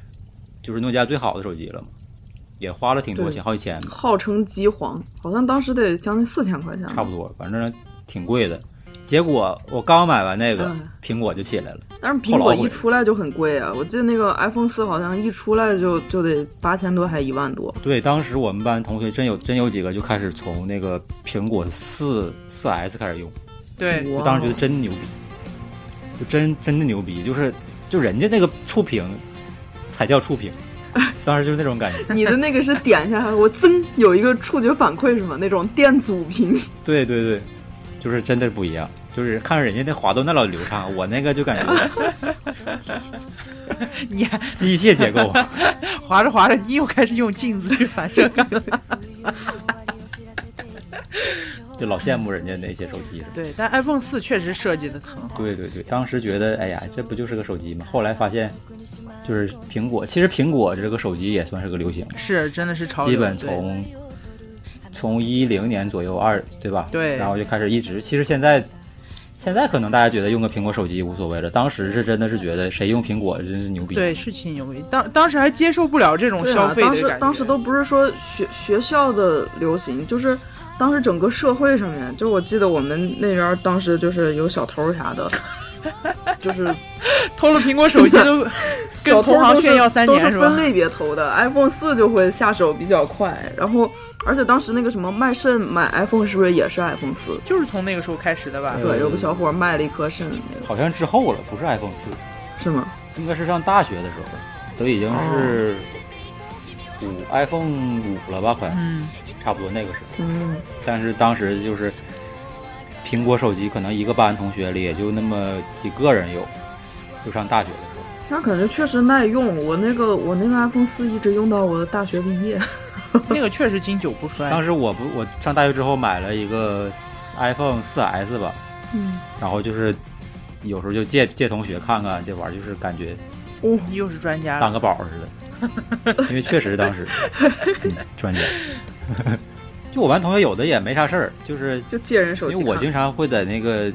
Speaker 3: 就是诺基亚最好的手机了嘛，也花了挺多钱，好几千吧，
Speaker 2: 号称机皇，好像当时得将近四千块钱吧。
Speaker 3: 差不多，反正挺贵的。结果我刚买完那个
Speaker 2: 嗯
Speaker 3: 苹果就起来了，
Speaker 2: 但是苹果
Speaker 3: 后来
Speaker 2: 一
Speaker 3: 会
Speaker 2: 出来就很贵啊，我记得那个 iPhone 四好像一出来就就得八千多，还一万多。
Speaker 3: 对，当时我们班同学真有真有几个就开始从那个苹果四四 S 开始用，
Speaker 1: 对，
Speaker 2: 哇
Speaker 3: 我当时觉得真牛逼，就真真的牛逼，就是就人家那个触屏才叫触屏，当时就是那种感觉。
Speaker 2: 你的那个是点一下，我噌有一个触觉反馈是吗？那种电阻 屏，
Speaker 3: 对对对，就是真的不一样，就是看人家那滑动那老流畅，我那个就感觉
Speaker 1: 你还
Speaker 3: 机械结构。
Speaker 1: 滑着滑着，你又开始用镜子去反射 感了。
Speaker 3: 就老羡慕人家那些手机了。
Speaker 1: 对，但 iPhone 四确实设计的很好。
Speaker 3: 对对对，当时觉得哎呀，这不就是个手机吗？后来发现，就是苹果，其实苹果这个手机也算是个流行，
Speaker 1: 是，真的是潮流。
Speaker 3: 基本
Speaker 1: 对
Speaker 3: 从从一零年左右二对吧？
Speaker 1: 对
Speaker 3: 然后就开始一直，其实现在。现在可能大家觉得用个苹果手机无所谓了，当时是真的是觉得谁用苹果真是牛逼。
Speaker 1: 对是挺牛逼，当当时还接受不了这种
Speaker 2: 对
Speaker 1: 消
Speaker 2: 啊，
Speaker 1: 费的
Speaker 2: 当
Speaker 1: 感觉。
Speaker 2: 时当时都不是说学学校的流行，就是当时整个社会上面，就我记得我们那边儿当时就是有小偷 啥的，就是
Speaker 1: 偷了苹果手机都 跟
Speaker 2: 小偷
Speaker 1: 同行
Speaker 2: 都是
Speaker 1: 炫耀三
Speaker 2: 都
Speaker 1: 年
Speaker 2: 是
Speaker 1: 是吧
Speaker 2: 分？类别投的，iPhone 四就会下手比较快，然后而且当时那个什么卖肾买 iPhone 是不是也是 iPhone 四？
Speaker 1: 就是从那个时候开始的吧
Speaker 3: 对？
Speaker 2: 对，有个小伙卖了一颗肾，
Speaker 3: 好像之后了，不是 iPhone 四，
Speaker 2: 是吗？
Speaker 3: 应该是上大学的时候，都已经是五 iPhone 五了吧，快
Speaker 1: 嗯，
Speaker 3: 差不多那个时候。
Speaker 2: 嗯，
Speaker 3: 但是当时就是苹果手机，可能一个班同学里也就那么几个人有，就上大学的时候。
Speaker 2: 那感觉确实耐用。我那个我那个 iPhone 四一直用到我大学毕业。
Speaker 1: 那个确实经久不
Speaker 2: 哎
Speaker 1: 衰。
Speaker 3: 当时我不，我上大学之后买了一个 iPhone 4S 吧，
Speaker 2: 嗯，
Speaker 3: 然后就是有时候就借借同学看看这玩意儿，就是感觉
Speaker 2: 哦，
Speaker 1: 你又是专家
Speaker 3: 当
Speaker 1: 了，
Speaker 3: 个宝 似的，因为确实当时、嗯、专家。 就我班同学有的也没啥事儿，就是
Speaker 2: 就借人手
Speaker 3: 因
Speaker 2: 机
Speaker 3: 为
Speaker 2: 看。
Speaker 3: 我经常会在那个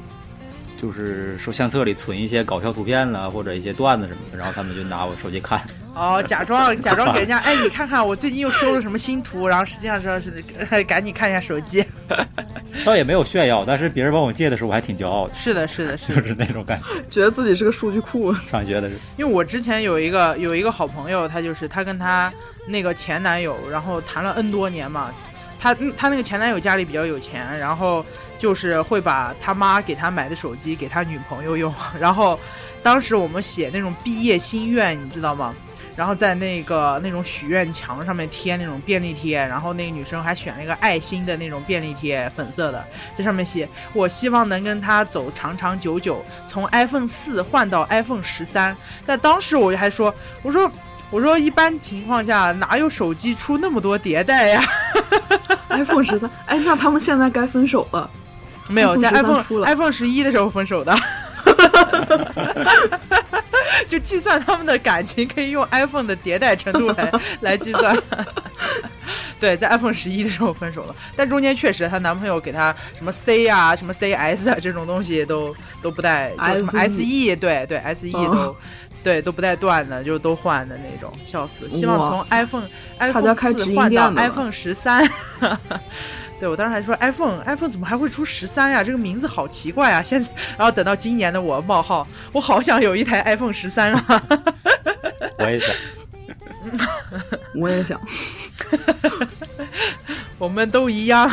Speaker 3: 就是说相册里存一些搞笑图片啦，或者一些段子什么的，然后他们就拿我手机看，
Speaker 1: 哦，假装假装给人家，哎，你看看我最近又收了什么新图，然后实际上说是赶紧看一下手机。
Speaker 3: 倒也没有炫耀，但是别人帮我借的时候，我还挺骄傲的，
Speaker 1: 是的，是的，是
Speaker 3: 就
Speaker 1: 的。
Speaker 3: 是那种感觉。
Speaker 2: 觉得自己是个数据 库。
Speaker 3: 上学的时
Speaker 1: 因为我之前有一个有一个好朋友，她就是她跟她那个前男友，然后谈了 N 多年嘛。她嗯她那个前男友家里比较有钱，然后就是会把他妈给他买的手机给他女朋友用。 然后当时我们写那种毕业心愿，你知道吗？然后在那个那种许愿墙上面贴那种便利贴，然后那个女生还选了一个爱心的那种便利贴，粉色的，在上面写我希望能跟他走长长久久，从 iPhone 四换到 iPhone 十三。但当时我就还说，我说我说一般情况下哪有手机出那么多迭代呀？
Speaker 2: iPhone 十三， 哎，那他们现在该分手了。
Speaker 1: 没有，在 iPhone
Speaker 2: 13出了
Speaker 1: iPhone 十一的时候分手的。 就计算他们的感情，可以用 iPhone 的迭代程度来来计算。 对，在 iPhone 十一的时候分手了，但中间确实她男朋友给她什么 C 啊、什么 CS 啊这种东西都都不带，就什么 SE，
Speaker 2: SE
Speaker 1: 对对 SE
Speaker 2: E 哦
Speaker 1: 都、对都不带断的，就都换的那种，笑死！希望
Speaker 2: 哇
Speaker 1: 从
Speaker 2: 塞
Speaker 1: iPhone
Speaker 2: 家
Speaker 1: iPhone
Speaker 2: 开直
Speaker 1: 四
Speaker 2: 营
Speaker 1: 换
Speaker 2: 店
Speaker 1: 到
Speaker 2: 了吧
Speaker 1: iPhone 十三。 对，我当时还说 iPhone iPhone 怎么还会出十三呀？这个名字好奇怪啊！现在，然后等到今年的我冒号，我好想有一台 iPhone 十三啊！
Speaker 3: 候，我也想，
Speaker 2: 我也想，
Speaker 1: 我们都一样，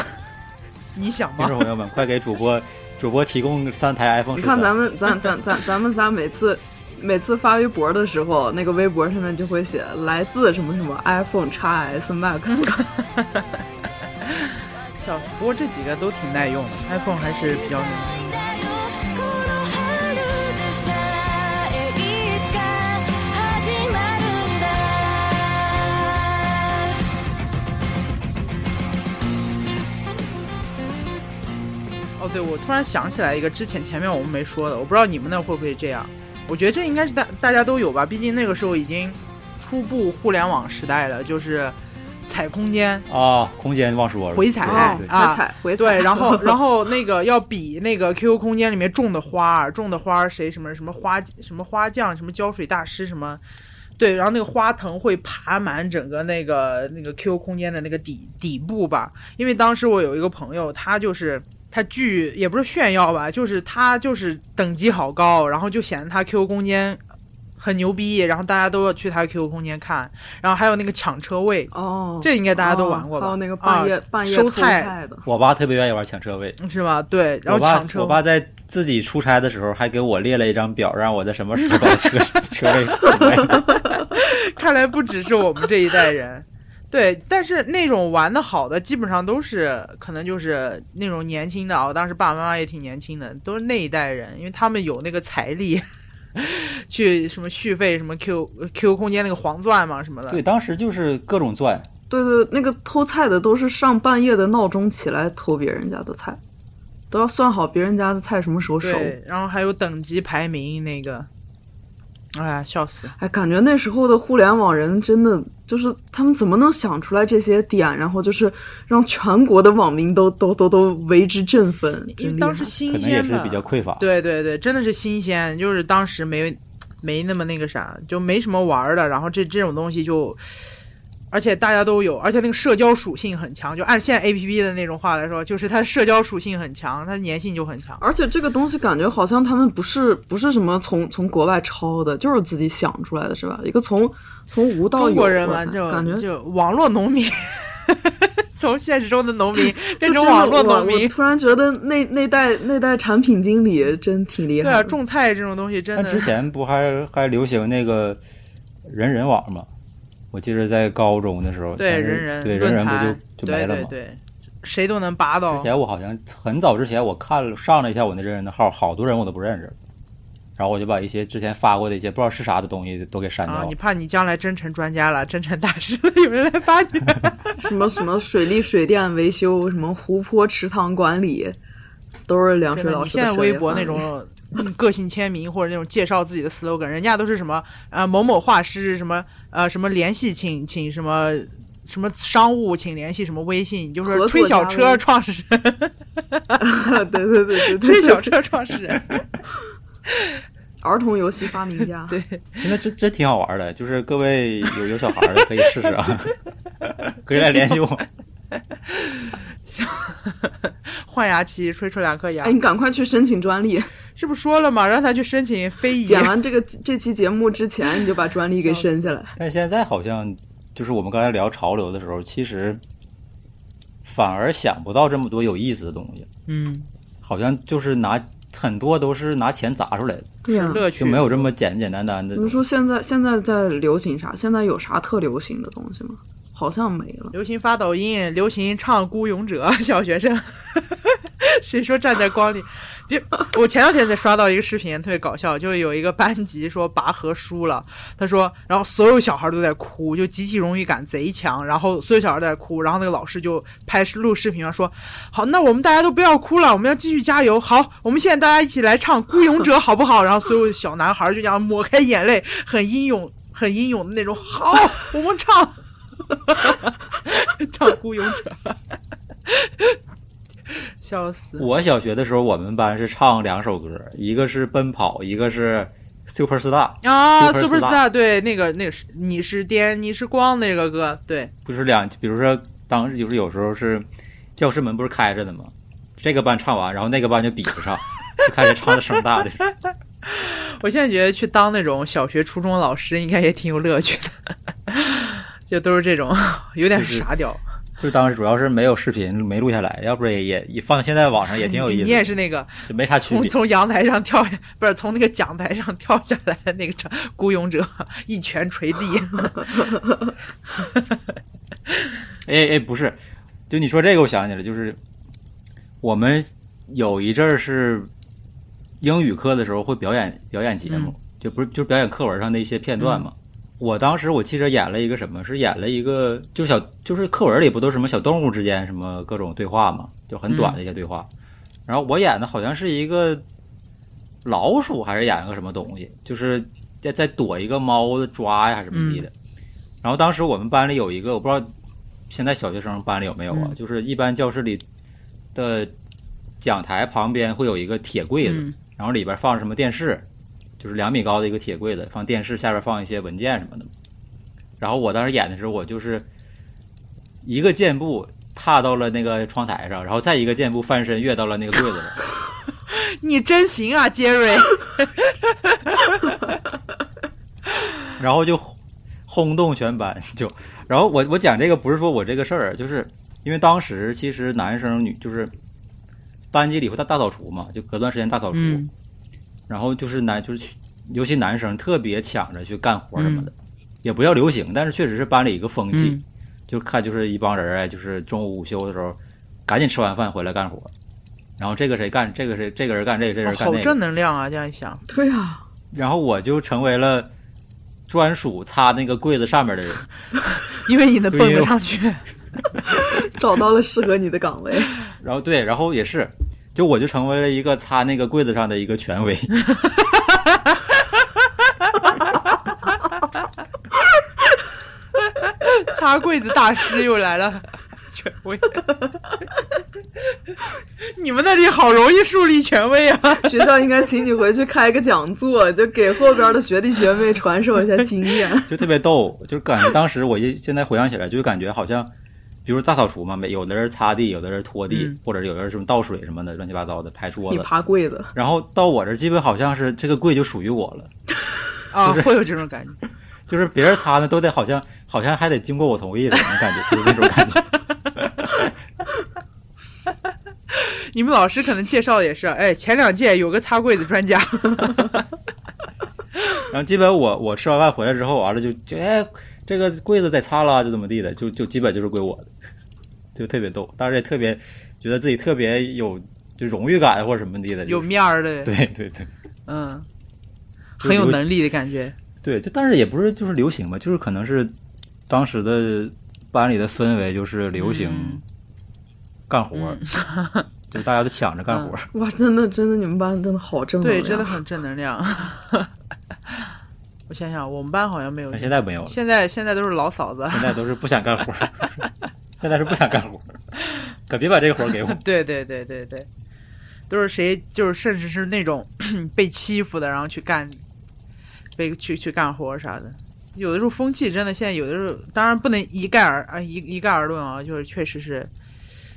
Speaker 1: 你想
Speaker 3: 听
Speaker 1: 吗？
Speaker 3: 众朋友们，快给主 播主播提供三台 iPhone
Speaker 2: 你
Speaker 3: 十
Speaker 2: 看咱
Speaker 3: 三。
Speaker 2: 们咱咱咱咱们仨每次 每次发微博的时候，那个微博上面就会写
Speaker 1: 哦
Speaker 2: 来自什么什么 iPhone x S Max，
Speaker 1: 笑死！不过这几个都挺耐用的，iPhone 还是比较
Speaker 5: 「この春でさえいつか」「君と出会える始まるんだ」
Speaker 1: 哦，对，我突然想起来一个，之前前面我们没说的，我不知道你们那会不会这样。我觉得这应该是大大家都有吧，毕竟那个时候已经初步互联网时代了，就是踩空间
Speaker 3: 啊，空间忘说了，
Speaker 1: 回踩
Speaker 3: 对对对
Speaker 1: 啊
Speaker 2: 彩彩哎 回
Speaker 1: 对，然后然
Speaker 2: 后
Speaker 1: 后那个要比那个 QQ 空间里面种的花儿，种的花儿谁什么什么花什么花匠什么浇水大师什么，对，然后那个花藤会爬满整个那个那个 QQ 空间的那个底底部吧，因为当时我有一个朋友，他就是。他巨也不是炫耀吧，就是他就是等级好高，然后就显得他 QQ 空间很牛逼，然后大家都要去他 QQ 空间看，然后还有那个抢车位，
Speaker 2: 哦，
Speaker 1: 这应该大家都玩过吧？
Speaker 2: 还有那个半夜、
Speaker 3: 哦
Speaker 1: 啊
Speaker 2: 半夜
Speaker 1: 收
Speaker 2: 偷
Speaker 1: 菜
Speaker 2: 菜的，
Speaker 3: 我爸特别愿意玩抢车位，
Speaker 1: 是吧？对，然
Speaker 3: 我
Speaker 1: 后
Speaker 3: 爸
Speaker 1: 抢车
Speaker 3: 我爸在自己出差的时候还给我列了一张表，让我在什么时候把 车车位买。
Speaker 1: 看来不只是我们这一代人。 对，但是那种玩的好的，基本上都是可能就是那种年轻的啊。我当时爸爸妈妈也挺年轻的，都是那一代人，因为他们有那个财力 去什么续费什么 Q Q 空间那个黄钻嘛什么的。
Speaker 3: 对，当时就是各种钻，
Speaker 2: 对对，那个偷菜的都是上半夜的闹钟起来偷别人家的菜，都要算好别人家的菜什么时候熟。
Speaker 1: 对，然后还有等级排名那个，哎呀，笑死！
Speaker 2: 哎，感觉那时候的互联网人真的就是他们怎么能想出来这些点，然后就是让全国的网民都都都都为之振奋。
Speaker 1: 因
Speaker 2: 真
Speaker 1: 为
Speaker 2: 厉
Speaker 1: 当时
Speaker 2: 害
Speaker 3: 可
Speaker 1: 新
Speaker 3: 能也
Speaker 1: 鲜
Speaker 3: 是
Speaker 1: 嘛
Speaker 3: 比较匮乏。
Speaker 1: 对对对，真的是新鲜，就是当时没没那么那个啥，就没什么玩儿的，然后这这种东西就，而且大家都有，而且那个社交属性很强，就按现在 A P P 的那种话来说，就是它社交属性很强，它粘性就很强。
Speaker 2: 而且这个东西感觉好像他们不是不是什么从从国外抄的，就是自己想出来的，是吧？一个从从无到有，
Speaker 1: 中国人
Speaker 2: 我
Speaker 1: 嘛，
Speaker 2: 操
Speaker 1: 就
Speaker 2: 感觉
Speaker 1: 就网络农民， 从现实中的农民变成
Speaker 2: 就真的
Speaker 1: 网络
Speaker 2: 我
Speaker 1: 农
Speaker 2: 我
Speaker 1: 民。
Speaker 2: 突然觉得那那代那代产品经理真挺厉害
Speaker 1: 对
Speaker 2: 的。
Speaker 1: 啊，种菜这种东西真
Speaker 3: 但
Speaker 1: 的
Speaker 3: 之前不还还流行那个人人网吗？我记得在高中的时候，
Speaker 1: 对
Speaker 3: 当时
Speaker 1: 人人
Speaker 3: 对人
Speaker 1: 论
Speaker 3: 人
Speaker 1: 坛
Speaker 3: 不就就没了
Speaker 1: 对
Speaker 3: 吗？
Speaker 1: 对对，谁都能拔
Speaker 3: 之
Speaker 1: 到。
Speaker 3: 前我好像很早之前我看了上了一下我那人人的号，好多人我都不认识，然后我就把一些之前发过的一些不知道是啥的东西都给删掉
Speaker 1: 啊，你
Speaker 3: 了。
Speaker 1: 怕你将来真成专家了，真成大师了，有人来扒你。
Speaker 2: 什么什么水利水电维修，什么湖泊池塘管理，都是梁
Speaker 1: 真
Speaker 2: 水
Speaker 1: 的，
Speaker 2: 老
Speaker 1: 你
Speaker 2: 师
Speaker 1: 现在
Speaker 2: 涉
Speaker 1: 微
Speaker 2: 猎
Speaker 1: 博
Speaker 2: 范
Speaker 1: 那
Speaker 2: 围
Speaker 1: 种嗯个性签名或者那种介绍自己的 slogan，人家都是什么呃某某画师什么呃什么联系请请什么什么商务请联系什么微信，你就
Speaker 2: 合
Speaker 1: 说
Speaker 2: 作
Speaker 1: 吹小
Speaker 2: 加
Speaker 1: 车
Speaker 2: 微
Speaker 1: 创始 人，
Speaker 2: 对对对对
Speaker 1: 吹
Speaker 2: 对，对
Speaker 1: 小车创始人，
Speaker 2: 儿童游戏发明家，
Speaker 1: 对
Speaker 3: 现在真真挺好玩的，就是各位有有小孩的可以试试啊， 可以来联系我。
Speaker 1: 换牙期吹出两颗牙
Speaker 2: 哎，，你赶快去申请 专利，
Speaker 1: 这不说了吗？让他去申请非遗。
Speaker 2: 剪完这个这期节目之前，你就把专利给申下来。
Speaker 3: 但现在好像就是我们刚才聊潮流的时候，其实反而想不到这么多有意思的东西，
Speaker 1: 嗯，
Speaker 3: 好像就是拿很多都是拿钱砸出来的，
Speaker 2: 对呀、
Speaker 1: 乐趣
Speaker 3: 就没有这么简简单单
Speaker 1: 嗯
Speaker 3: 的
Speaker 2: 你。们说现在现在在流行啥？现在有啥特流行的东西吗？好像没了。
Speaker 1: 流行发抖音，流行唱《孤勇者》，小学生。 谁说站在光里？别！我前两天才刷到一个视频，特别搞笑，就是有一个班级说拔河输了，他说，然后所有小孩都在哭，就集体荣誉感贼强，然后所有小孩都在哭，然后那个老师就拍视录视频嘛，说，好，那我们大家都不要哭了，我们要继续加油。好，我们现在大家一起来唱《孤勇者》，好不好？ 然后所有小男孩就这样抹开眼泪，很英勇，很英勇的那种。好，我们唱。 唱《孤勇者》， 笑死！
Speaker 3: 我小学的时候，我们班是唱两首歌，一个是《奔跑》，一个是《Super Star》，
Speaker 1: 啊
Speaker 3: Superstar
Speaker 1: ，Superstar，对，那个那个是你是颠，你是光那个歌，对，
Speaker 3: 就是两，比如说当时就是有时候是教室门不是开着的吗？这个班唱完，然后那个班就比着唱， 就开始唱的声大的。
Speaker 1: 我现在觉得去当那种小学、初中老师应该也挺有乐趣的， 就都是这种 有点
Speaker 3: 就是
Speaker 1: 傻屌。
Speaker 3: 就是当时主要是没有视频没录下来，要不然也也也放到现在网上也挺有意
Speaker 1: 你
Speaker 3: 思
Speaker 1: 你
Speaker 3: 的，
Speaker 1: 也是那个
Speaker 3: 就没啥区
Speaker 1: 从
Speaker 3: 别。
Speaker 1: 从阳台上跳下， 不是从那个讲台上跳下来的那个唱孤勇者， 一 拳捶地。
Speaker 3: 哎哎，不是，就你说这个，我想起来，就是我们有一阵儿是英语课的时候会表演表演节目，就不是就是表演课文上的一些片段嘛。我当时我记着演了一个什么，是演了一个就是小就是课文里不都是什么小动物之间什么各种对话嘛，就很短的一些对话。然后我演的好像是一个老鼠，还是演个什么东西，就是在在躲一个猫的抓呀，还是怎么地的。然后当时我们班里有一个，我不知道现在小学生班里有没有啊，
Speaker 1: 嗯
Speaker 3: 就是一般教室里的讲台旁边会有一个铁柜子，
Speaker 1: 嗯
Speaker 3: 然后里边放着什么电视，就是两米高的一个铁柜子，放电视，下边放一些文件什么的。然后我当时演的时候，我就是一个箭步踏到了那个窗台上，然后再一个箭步翻身跃到了那个柜子上。
Speaker 1: 你真行啊，杰瑞！
Speaker 3: 然后就轰动全班。就，然后我我讲这个不是说我这个事儿，啊就是因为当时其实男生女就是班级里会大大扫除嘛，就隔段时间大扫除，
Speaker 1: 嗯
Speaker 3: 然后就是男就是去，尤其男生特别抢着去干活什么的，也不叫流行，但是确实是班里一个风气，
Speaker 1: 嗯
Speaker 3: 就看就是一帮人哎，就是中午午休的时候赶紧吃完饭回来干活。然后这个谁干这个谁这个人干这个这个人干
Speaker 1: 好
Speaker 3: 那个，
Speaker 1: 正能量啊！这样一想，
Speaker 2: 对啊呀、
Speaker 3: 然后我就成为了专属擦那个柜子上面的人。
Speaker 1: 因为你能蹦
Speaker 3: 对
Speaker 1: 得
Speaker 3: 哟
Speaker 1: 上去，
Speaker 2: 找到了适合你的岗位，
Speaker 3: 然后对，然后也是，就我就成为了一个擦那个柜子上的一个权威。
Speaker 1: 擦柜子大师又来了， 权威。你们那里好容易树立权威啊！
Speaker 2: 学校应该请你回去开个讲座，就给后边的学弟学妹传授一下经验。
Speaker 3: 就特别逗，就是感觉当时我一现在回想起来，就感觉好像，比如大扫除嘛，每有的人擦地，有的人拖地，
Speaker 1: 嗯
Speaker 3: 或者有的人什么倒水什么的，乱七八糟的排桌
Speaker 2: 你
Speaker 3: 子。
Speaker 2: 爬柜子，
Speaker 3: 然后到我这儿基本好像是这个柜就属于我了，
Speaker 1: 啊，会有这种感觉。
Speaker 3: 就是别人擦呢都得好像好像还得经过我同意的那种感觉，就是那种感觉。
Speaker 1: 你们老师可能介绍的也是，哎，前两届有个擦柜子专家，
Speaker 3: 然后基本我我吃完饭回来之后，完了就就哎这个柜子得擦了，就怎么地的，就就基本就是归我的，就特别逗，当时也特别觉得自己特别有就荣誉感或者什么地的，
Speaker 1: 有
Speaker 3: 就是
Speaker 1: 面儿的，
Speaker 3: 对 对对
Speaker 1: 嗯，
Speaker 3: 就
Speaker 1: 很有
Speaker 3: 流
Speaker 1: 能力的感觉。
Speaker 3: 对，就但是也不是就是流行吧，就是可能是当时的班里的氛围就是流行
Speaker 1: 嗯
Speaker 3: 干活儿，就大家都抢着干活儿，
Speaker 1: 嗯
Speaker 2: 哇，真的真的，你们班真的好正能
Speaker 1: 对，
Speaker 2: 量，
Speaker 1: 真的很正能 量。我想想，我们班好像没有
Speaker 3: 但。现在没有 了，
Speaker 1: 哎现在现在都是老嫂子，
Speaker 3: 现在都是不想干活儿， 现在是不想干活儿， 可别把这个活儿给我。
Speaker 1: 对对对对对，都是谁就是甚至是那种 被欺负的，然后去干，被去去干活啥的。有的时候风气真的现在有的时候，当然不能一概而啊一一概而论啊，就是确实是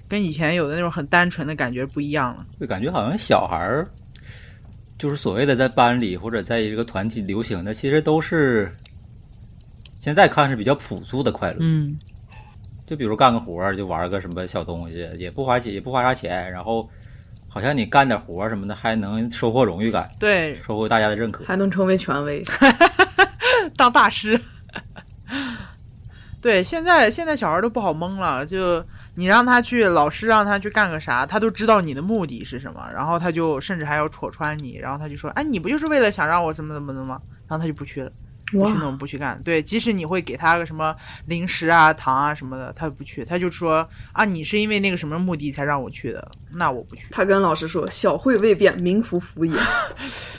Speaker 1: 跟以前有的那种很单纯的感觉不一样了。
Speaker 3: 就感觉好像小孩儿，就是所谓的在班里或者在一个团体流行的，其实都是现在看是比较朴素的快乐。
Speaker 1: 嗯
Speaker 3: 就比如干个活儿，就玩个什么小东西，也不花钱，也不花啥钱，然后好像你干点活儿什么的，还能收获荣誉感，，
Speaker 1: 对，
Speaker 3: 收获大家的 认可。
Speaker 2: 还能成为权威。
Speaker 1: 当大师。 对，现在现在小孩都不好蒙了，就你让他去，老师让他去干个啥，他都知道你的目的是什么，然后他就甚至还要戳穿你，然后他就说，哎，你不就是为了想让我怎么怎么怎么，然后他就不去了，不去
Speaker 2: 哇，
Speaker 1: 弄，不去干。对，即使你会给他个什么零食啊、糖啊什么的，他不去，他就说啊，你是因为那个什么目的才让我去的，那我不去。
Speaker 2: 他跟老师说：“小惠未变，民服服也。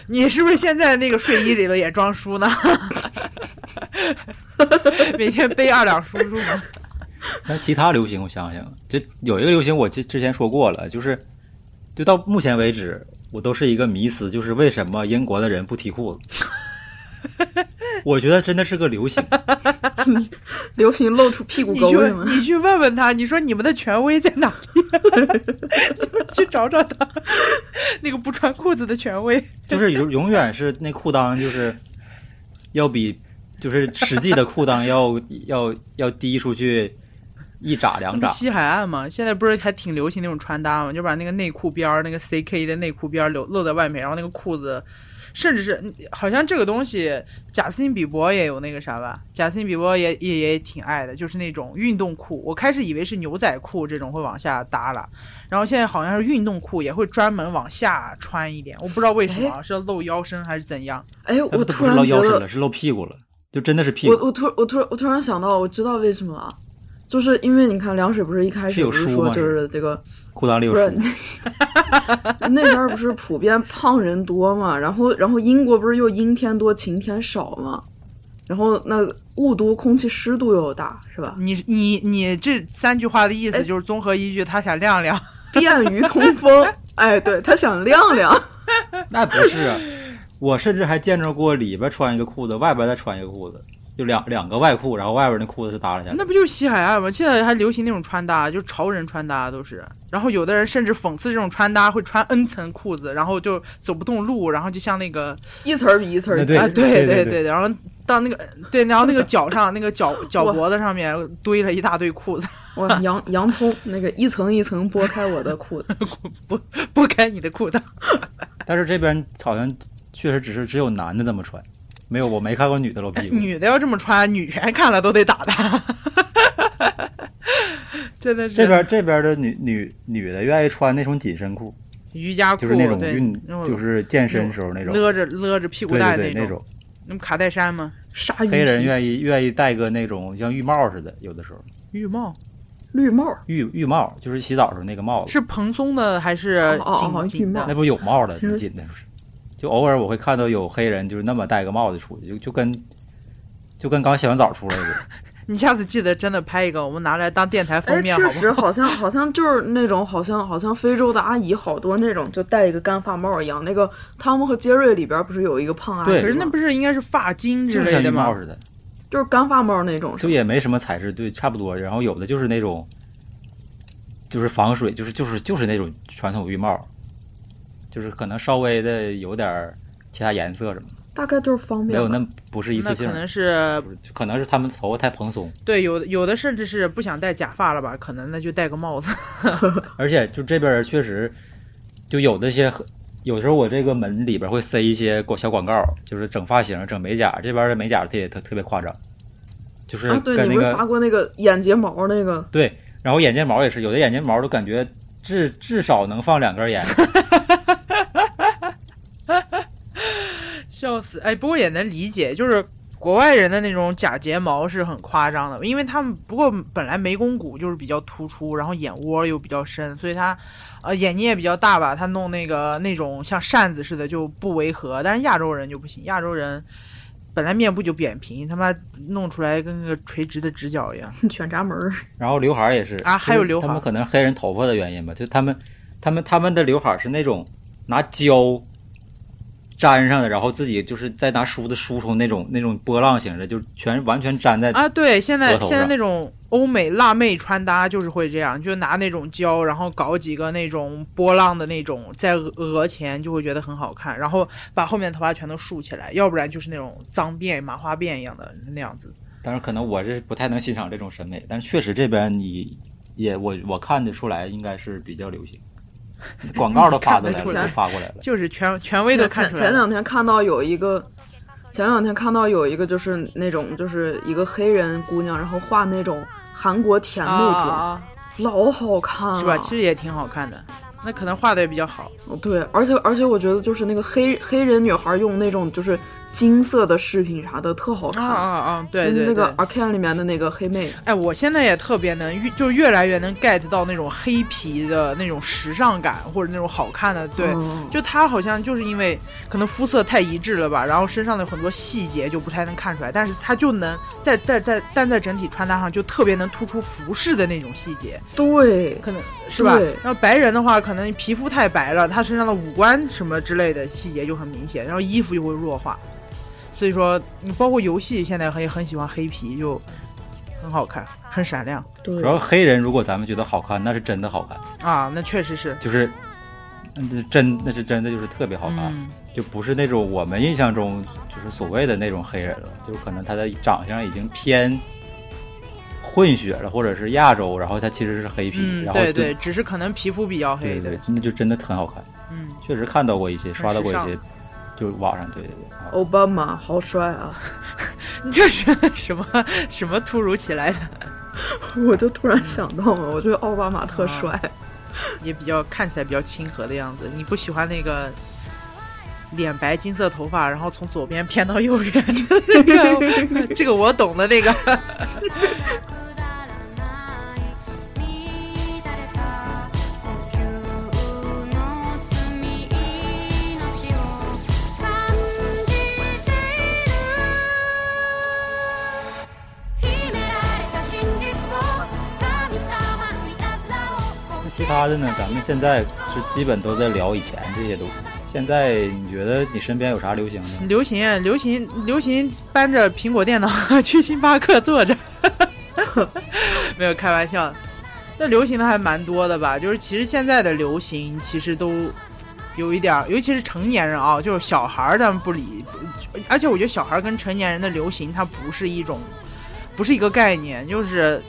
Speaker 1: 你是不是现在那个睡衣里头也装书呢？ 每天背二两书入门。
Speaker 3: 但其他流行，我想想，就有一个流行，我之之前说过了，就是就到目前为止，我都是一个迷思，就是为什么英国的人不提裤子？我觉得真的是个流行。
Speaker 2: 流行露出屁股
Speaker 1: 你
Speaker 2: 沟
Speaker 1: 去
Speaker 2: 是吗？
Speaker 1: 你去问问他，你说你们的权威在哪里？ 你们去找找他，那个不穿裤子的权威。
Speaker 3: 就是永永远是那裤裆就是要比就是实际的裤裆要要要低出去一拃两
Speaker 1: 啊不
Speaker 3: 拃，
Speaker 1: 西海岸嘛，现在不是还挺流行那种穿搭嘛，就把那个内裤边儿、那个 CK 的内裤边儿露露在外面，然后那个裤子甚至是嗯好像这个东西，贾斯汀比伯也有那个啥吧，贾斯汀比伯也也也挺爱的，就是那种运动裤。我开始以为是牛仔裤这种会往下耷拉，然后现在好像是运动裤也会专门往下穿一点，我不知道为什么啊，是要露腰身还是怎样？
Speaker 2: 哎，
Speaker 3: 它
Speaker 2: 我
Speaker 3: 都
Speaker 2: 突
Speaker 3: 不是
Speaker 2: 然
Speaker 3: 露
Speaker 2: 觉
Speaker 3: 腰身
Speaker 2: 得
Speaker 3: 了，是露屁股了，就真的是屁
Speaker 2: 我
Speaker 3: 股。
Speaker 2: 我突我突然我突然想到，我知道为什么了，就是因为你看凉水不是一开
Speaker 3: 是
Speaker 2: 始
Speaker 3: 有
Speaker 2: 不是
Speaker 3: 书
Speaker 2: 说
Speaker 3: 吗
Speaker 2: 就是这个
Speaker 3: 裤裆里有
Speaker 2: 不是
Speaker 3: 书，
Speaker 2: 那那边儿不是普遍胖人多嘛，然后然后英国不是又阴天多晴天少嘛，然后那雾都空气湿度又大是吧？
Speaker 1: 你你你这三句话的意思
Speaker 2: 哎
Speaker 1: 就是综合一句，他想晾晾。
Speaker 2: 便于通风， 哎，对他想晾晾，
Speaker 3: 那不是啊。我甚至还见着过里边穿一个裤子，外边再穿一个裤子，就两两个外裤，然后外边那裤子是耷拉下来的。
Speaker 1: 那不就是西海岸吗？现在还流行那种穿搭，就潮人穿搭都是。然后有的人甚至讽刺这种穿搭会穿 N 层裤子，然后就走不动路，然后就像那个
Speaker 2: 一层儿比一层儿
Speaker 3: 那
Speaker 2: 低。
Speaker 1: 啊，对
Speaker 3: 哎对对
Speaker 1: 对，然后到那个对，然后那个脚上那个脚 脚
Speaker 2: 哇
Speaker 1: 脖子上面堆了一大堆裤子，
Speaker 2: 我洋洋葱那个一层一层剥开我的裤子，
Speaker 1: 拨开你的裤裆。
Speaker 3: 但是这边好像确实只是只有男的这么穿，没有我没看过女的露屁股。
Speaker 1: 女的要这么穿，女权看了都得打她。 真的是
Speaker 3: 这边这边的女女女的愿意穿那种紧身裤，
Speaker 1: 瑜伽裤，
Speaker 3: 就是那种
Speaker 1: 对
Speaker 3: 运，就
Speaker 1: 种
Speaker 3: 是健身时候那种，
Speaker 1: 勒着勒着屁股
Speaker 3: 对
Speaker 1: 带
Speaker 3: 对对那
Speaker 1: 种，那不卡戴珊吗？
Speaker 2: 鲨鱼
Speaker 3: 黑人
Speaker 2: 皮、
Speaker 3: 愿意愿意戴个那种像浴帽似的，有的时候
Speaker 1: 浴帽。
Speaker 2: 绿帽儿，
Speaker 3: 浴浴帽就是洗澡时候那个帽子，
Speaker 1: 是蓬松的还是
Speaker 2: 哦哦
Speaker 1: 紧
Speaker 2: 哦
Speaker 1: 紧
Speaker 2: 浴
Speaker 1: 的
Speaker 3: 那？不有帽的
Speaker 2: 其实
Speaker 3: 挺紧的，不是？就偶尔我会看到有黑人就是那么戴个帽子出去，就就跟就跟刚洗完澡出来的，
Speaker 1: 你下次记得真的拍一个，我们拿来当电台封
Speaker 2: 哎，
Speaker 1: 面好
Speaker 2: 确
Speaker 1: 不好？
Speaker 2: 实好像好像就是那种好像好像非洲的阿姨好多那种就戴一个干发帽一样。那个《汤姆和杰瑞》里边不是有一个胖阿姨吗？
Speaker 3: 对
Speaker 1: 可是那不是应该是发巾之
Speaker 3: 就是
Speaker 1: 类
Speaker 3: 像浴
Speaker 1: 的
Speaker 3: 帽
Speaker 1: 吗？
Speaker 3: 似的，
Speaker 2: 就是干发帽那种，是
Speaker 3: 就
Speaker 2: 吧
Speaker 3: 也没什么材质，对，差不多。然后有的就是那种就是防水，就是就是就是那种传统浴帽，就是可能稍微的有点儿其他颜色什么的，
Speaker 2: 大概就是方
Speaker 3: 没
Speaker 2: 便
Speaker 3: 有
Speaker 2: 吧。
Speaker 3: 那不是一次
Speaker 1: 那
Speaker 3: 性
Speaker 1: 可能
Speaker 3: 的。
Speaker 1: 是
Speaker 3: 不是，就可能是他们头发太蓬松，
Speaker 1: 对，有的有的甚至是不想戴假发了吧？可能那就戴个帽子。
Speaker 3: 而且就这边儿确实，就有那些很，有时候我这个门里边会塞一些广小广告，就是整发型、整美甲，这边的美甲特别特特别夸张，就是
Speaker 2: 啊，对，
Speaker 3: 跟
Speaker 2: 你
Speaker 3: 那
Speaker 2: 不
Speaker 3: 个、
Speaker 2: 是发过那个眼睫毛那 个？
Speaker 3: 对，然后眼睫毛也是，有的眼睫毛都感觉至至少能放两根烟，
Speaker 1: 笑死！哎，不过也能理解，就是国外人的那种假睫毛是很夸张的，因为他们不过本来眉弓骨就是比较突出，然后眼窝又比较深，所以他呃眼睛也比较大吧，他弄那个那种像扇子似的就不违和，但是亚洲人就不行，亚洲人。本来面部就扁平，他妈弄出来跟个垂直的直角一样。
Speaker 2: 卷闸门儿，
Speaker 3: 然后刘海儿也是
Speaker 1: 啊还有
Speaker 3: 就是
Speaker 1: 刘海儿
Speaker 3: 他们可能黑人头发的原因吧，就他们他们他们的刘海儿是那种拿胶粘上的，然后自己就是再拿梳子梳出那种那种波浪形的，就全完全粘在
Speaker 1: 啊，对，现在
Speaker 3: 额头
Speaker 1: 现在
Speaker 3: 上
Speaker 1: 那种欧美辣妹穿搭就是会这样，就拿那种胶，然后搞几个那种波浪的那种在额额前，就会觉得很好看，然后把后面头发全都竖起来，要不然就是那种脏辫、麻花辫一样的那样子。
Speaker 3: 当然，可能我是不太能欣赏这种审美，但是确实这边你也我我看得出来，应该是比较流行。广告都发过 来
Speaker 1: 看得出
Speaker 3: 了，
Speaker 1: 来
Speaker 3: 都发过来了。
Speaker 1: 就是权权威都
Speaker 2: 前
Speaker 1: 看
Speaker 2: 前
Speaker 1: 出来
Speaker 2: 前
Speaker 1: 了，
Speaker 2: 两天看到有一个，前两天看到有一个就是那种就是一个黑人姑娘，然后画那种韩国甜
Speaker 1: 啊
Speaker 2: 妹妆，
Speaker 1: 啊
Speaker 2: 老好看了、
Speaker 1: 啊是吧？其实也挺好看的，那可能画的也比较好。
Speaker 2: 对，而且而且我觉得就是那个黑黑人女孩用那种就是金色的饰品啥的特好
Speaker 1: 啊
Speaker 2: 看。
Speaker 1: 啊啊！对
Speaker 2: 跟
Speaker 1: 对对，
Speaker 2: 那个 Arcane 里面的那个黑妹，
Speaker 1: 哎，我现在也特别能越，就越来越能 get 到那种黑皮的那种时尚感，或者那种好看的。对，
Speaker 2: 嗯
Speaker 1: 就她好像就是因为可能肤色太一致了吧，然后身上的很多细节就不太能看出来，但是她就能在在在，但在整体穿搭上就特别能突出服饰的那种细节，
Speaker 2: 对，
Speaker 1: 可能是吧
Speaker 2: 对？
Speaker 1: 然后白人的话，可能皮肤太白了，他身上的五官什么之类的细节就很明显，然后衣服就会弱化。所以说，你包括游戏现在也很喜欢黑皮，就很好看，很闪亮。
Speaker 2: 对
Speaker 3: 主，要黑人，如果咱们觉得好看，那是真的好看，
Speaker 1: 啊，那确实是，
Speaker 3: 就是嗯真那是真的就是特别好看，
Speaker 1: 嗯，
Speaker 3: 就不是那种我们印象中就是所谓的那种黑人了，就是可能他的长相已经偏混血了，或者是亚洲，然后他其实是黑皮，
Speaker 1: 嗯，
Speaker 3: 然后
Speaker 1: 对
Speaker 3: 就
Speaker 1: 对，只是可能皮肤比较黑
Speaker 3: 对
Speaker 1: 的，
Speaker 3: 对，那就真的很好看。
Speaker 1: 嗯，
Speaker 3: 确实看到过一些，刷到过一
Speaker 1: 时哦
Speaker 3: 些就是网上对对对啊，
Speaker 2: 奥巴马好帅啊！
Speaker 1: 你 这是什么什么突如其来的，
Speaker 2: 我就突然想到了，我觉得奥巴马
Speaker 1: 啊
Speaker 2: 特帅。
Speaker 1: 也比较看起来比较亲和的样子。你不喜欢那个脸白金色头发，然后从左边偏到右边， 这个这个我懂的那个。
Speaker 5: くだらない乱れた呼吸の隅命を感じている秘められた真実を神様のいたずらを
Speaker 3: 那其他的呢？咱们现在是基本都在聊以前这些东西。现在你觉得你身边有啥流行的？
Speaker 1: 流行，啊流行，流行，搬着苹果电脑 去星巴克坐着， 没有开玩笑的。那流行的还蛮多的吧？就是其实现在的流行其实都有一点儿，尤其是成年人啊，就是小孩儿咱们不理，不而且我觉得小孩儿跟成年人的流行它不是一种，不是一个概念，就是。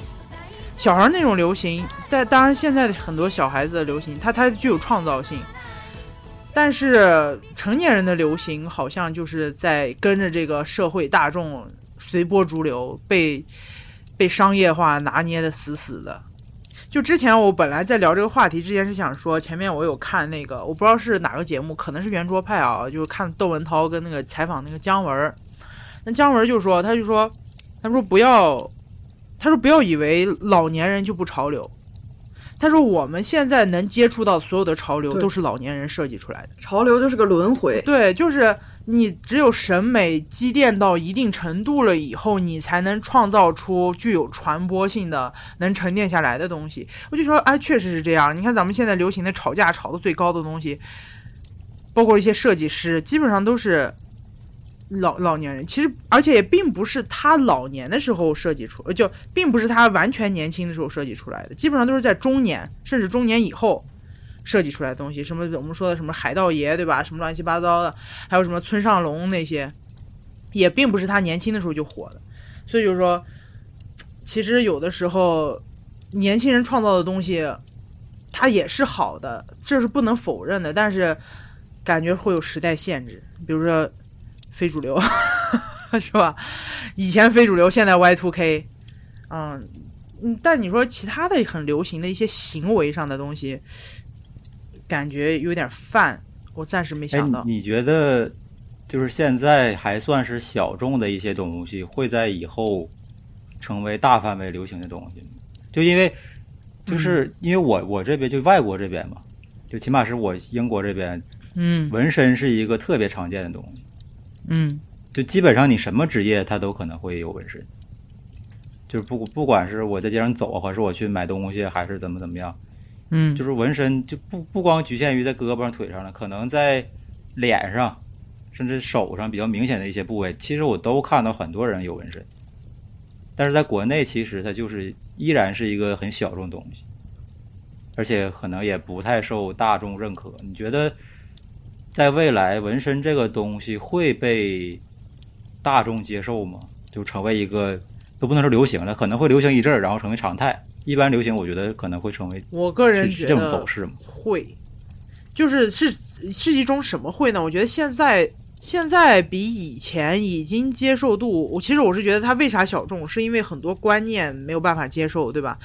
Speaker 1: 小孩儿那种流行，但当然现在的很多小孩子的流行，它它具有创造性，但是成年人的流行好像就是在跟着这个社会大众随波逐流，被被商业化拿捏的死死的。就之前我本来在聊这个话题之前是想说，前面我有看那个，我不知道是哪个节目，可能是圆桌派啊，就是看窦文涛跟那个采访那个姜文儿，那姜文儿就说，他就说，他说不要，他说不要以为老年人就不潮流，他说我们现在能接触到所有的潮流
Speaker 2: 对
Speaker 1: 都是老年人设计出来的。
Speaker 2: 潮流就是个轮回，
Speaker 1: 对，就是你只有审美积淀到一定程度了以后，你才能创造出具有传播性的、能沉淀下来的东西。我就说，哎，确实是这样。你看咱们现在流行的吵架吵得最高的东西，包括一些设计师，基本上都是。老老年人其实，而且也并不是他老年的时候设计出，呃就并不是他完全年轻的时候设计出来的，基本上都是在中年甚至中年以后设计出来的东西，什么我们说的什么海盗爷，对吧？什么乱七八糟的，还有什么村上龙那些，也并不是他年轻的时候就火的。所以就是说，其实有的时候年轻人创造的东西，它也是好的，这是不能否认的。但是感觉会有时代限制，比如说非主流， 是吧？以前非主流，现在 Y two K，嗯。嗯，但你说其他的很流行的一些行为上的东西，感觉有点泛，我暂时没
Speaker 3: 哎
Speaker 1: 想到，。
Speaker 3: 你觉得就是现在还算是小众的一些东西，会在以后成为大范围流行的东西吗？就因为就是
Speaker 1: 嗯
Speaker 3: 因为我我这边就外国这边嘛，就起码是我英国这边，
Speaker 1: 嗯
Speaker 3: 纹身是一个特别常见的东西，
Speaker 1: 嗯，
Speaker 3: 就基本上你什么职业它都可能会有纹身。就是不不管是我在街上走啊，还是我去买东西，还是怎么怎么样，
Speaker 1: 嗯，
Speaker 3: 就是纹身就不不光局限于在胳膊上、腿上了，可能在脸上，甚至手上比较明显的一些部位，其实我都看到很多人有纹身。但是在国内，其实它就是依然是一个很小众的东西，而且可能也不太受大众认可。你觉得，在未来纹身这个东西会被大众接受吗？就成为一个都不能说流行了，可能会流行一阵儿，然后成为常态。一般流行，我觉得可能会成为
Speaker 1: 我个人
Speaker 3: 是
Speaker 1: 觉
Speaker 3: 这种走
Speaker 1: 得
Speaker 3: 势吗？
Speaker 1: 会，就是是是一种什么会呢？我觉得现在现在比以前已经接受度，我其实我是觉得它为啥小众，是因为很多观念没有办法接受，对吧？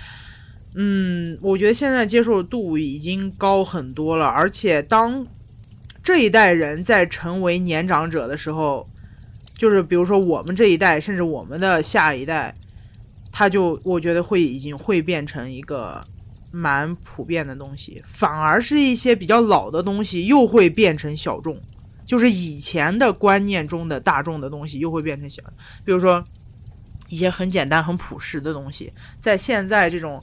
Speaker 1: 嗯，我觉得现在接受度已经高很多了，而且当这一代人在成为年长者的时候，就是比如说我们这一代，甚至我们的下一代，他就我觉得会已经会变成一个蛮普遍的东西，反而是一些比较老的东西又会变成小众，就是以前的观念中的大众的东西又会变成小，比如说一些很简嗯单、很朴实的东西，在现在这种。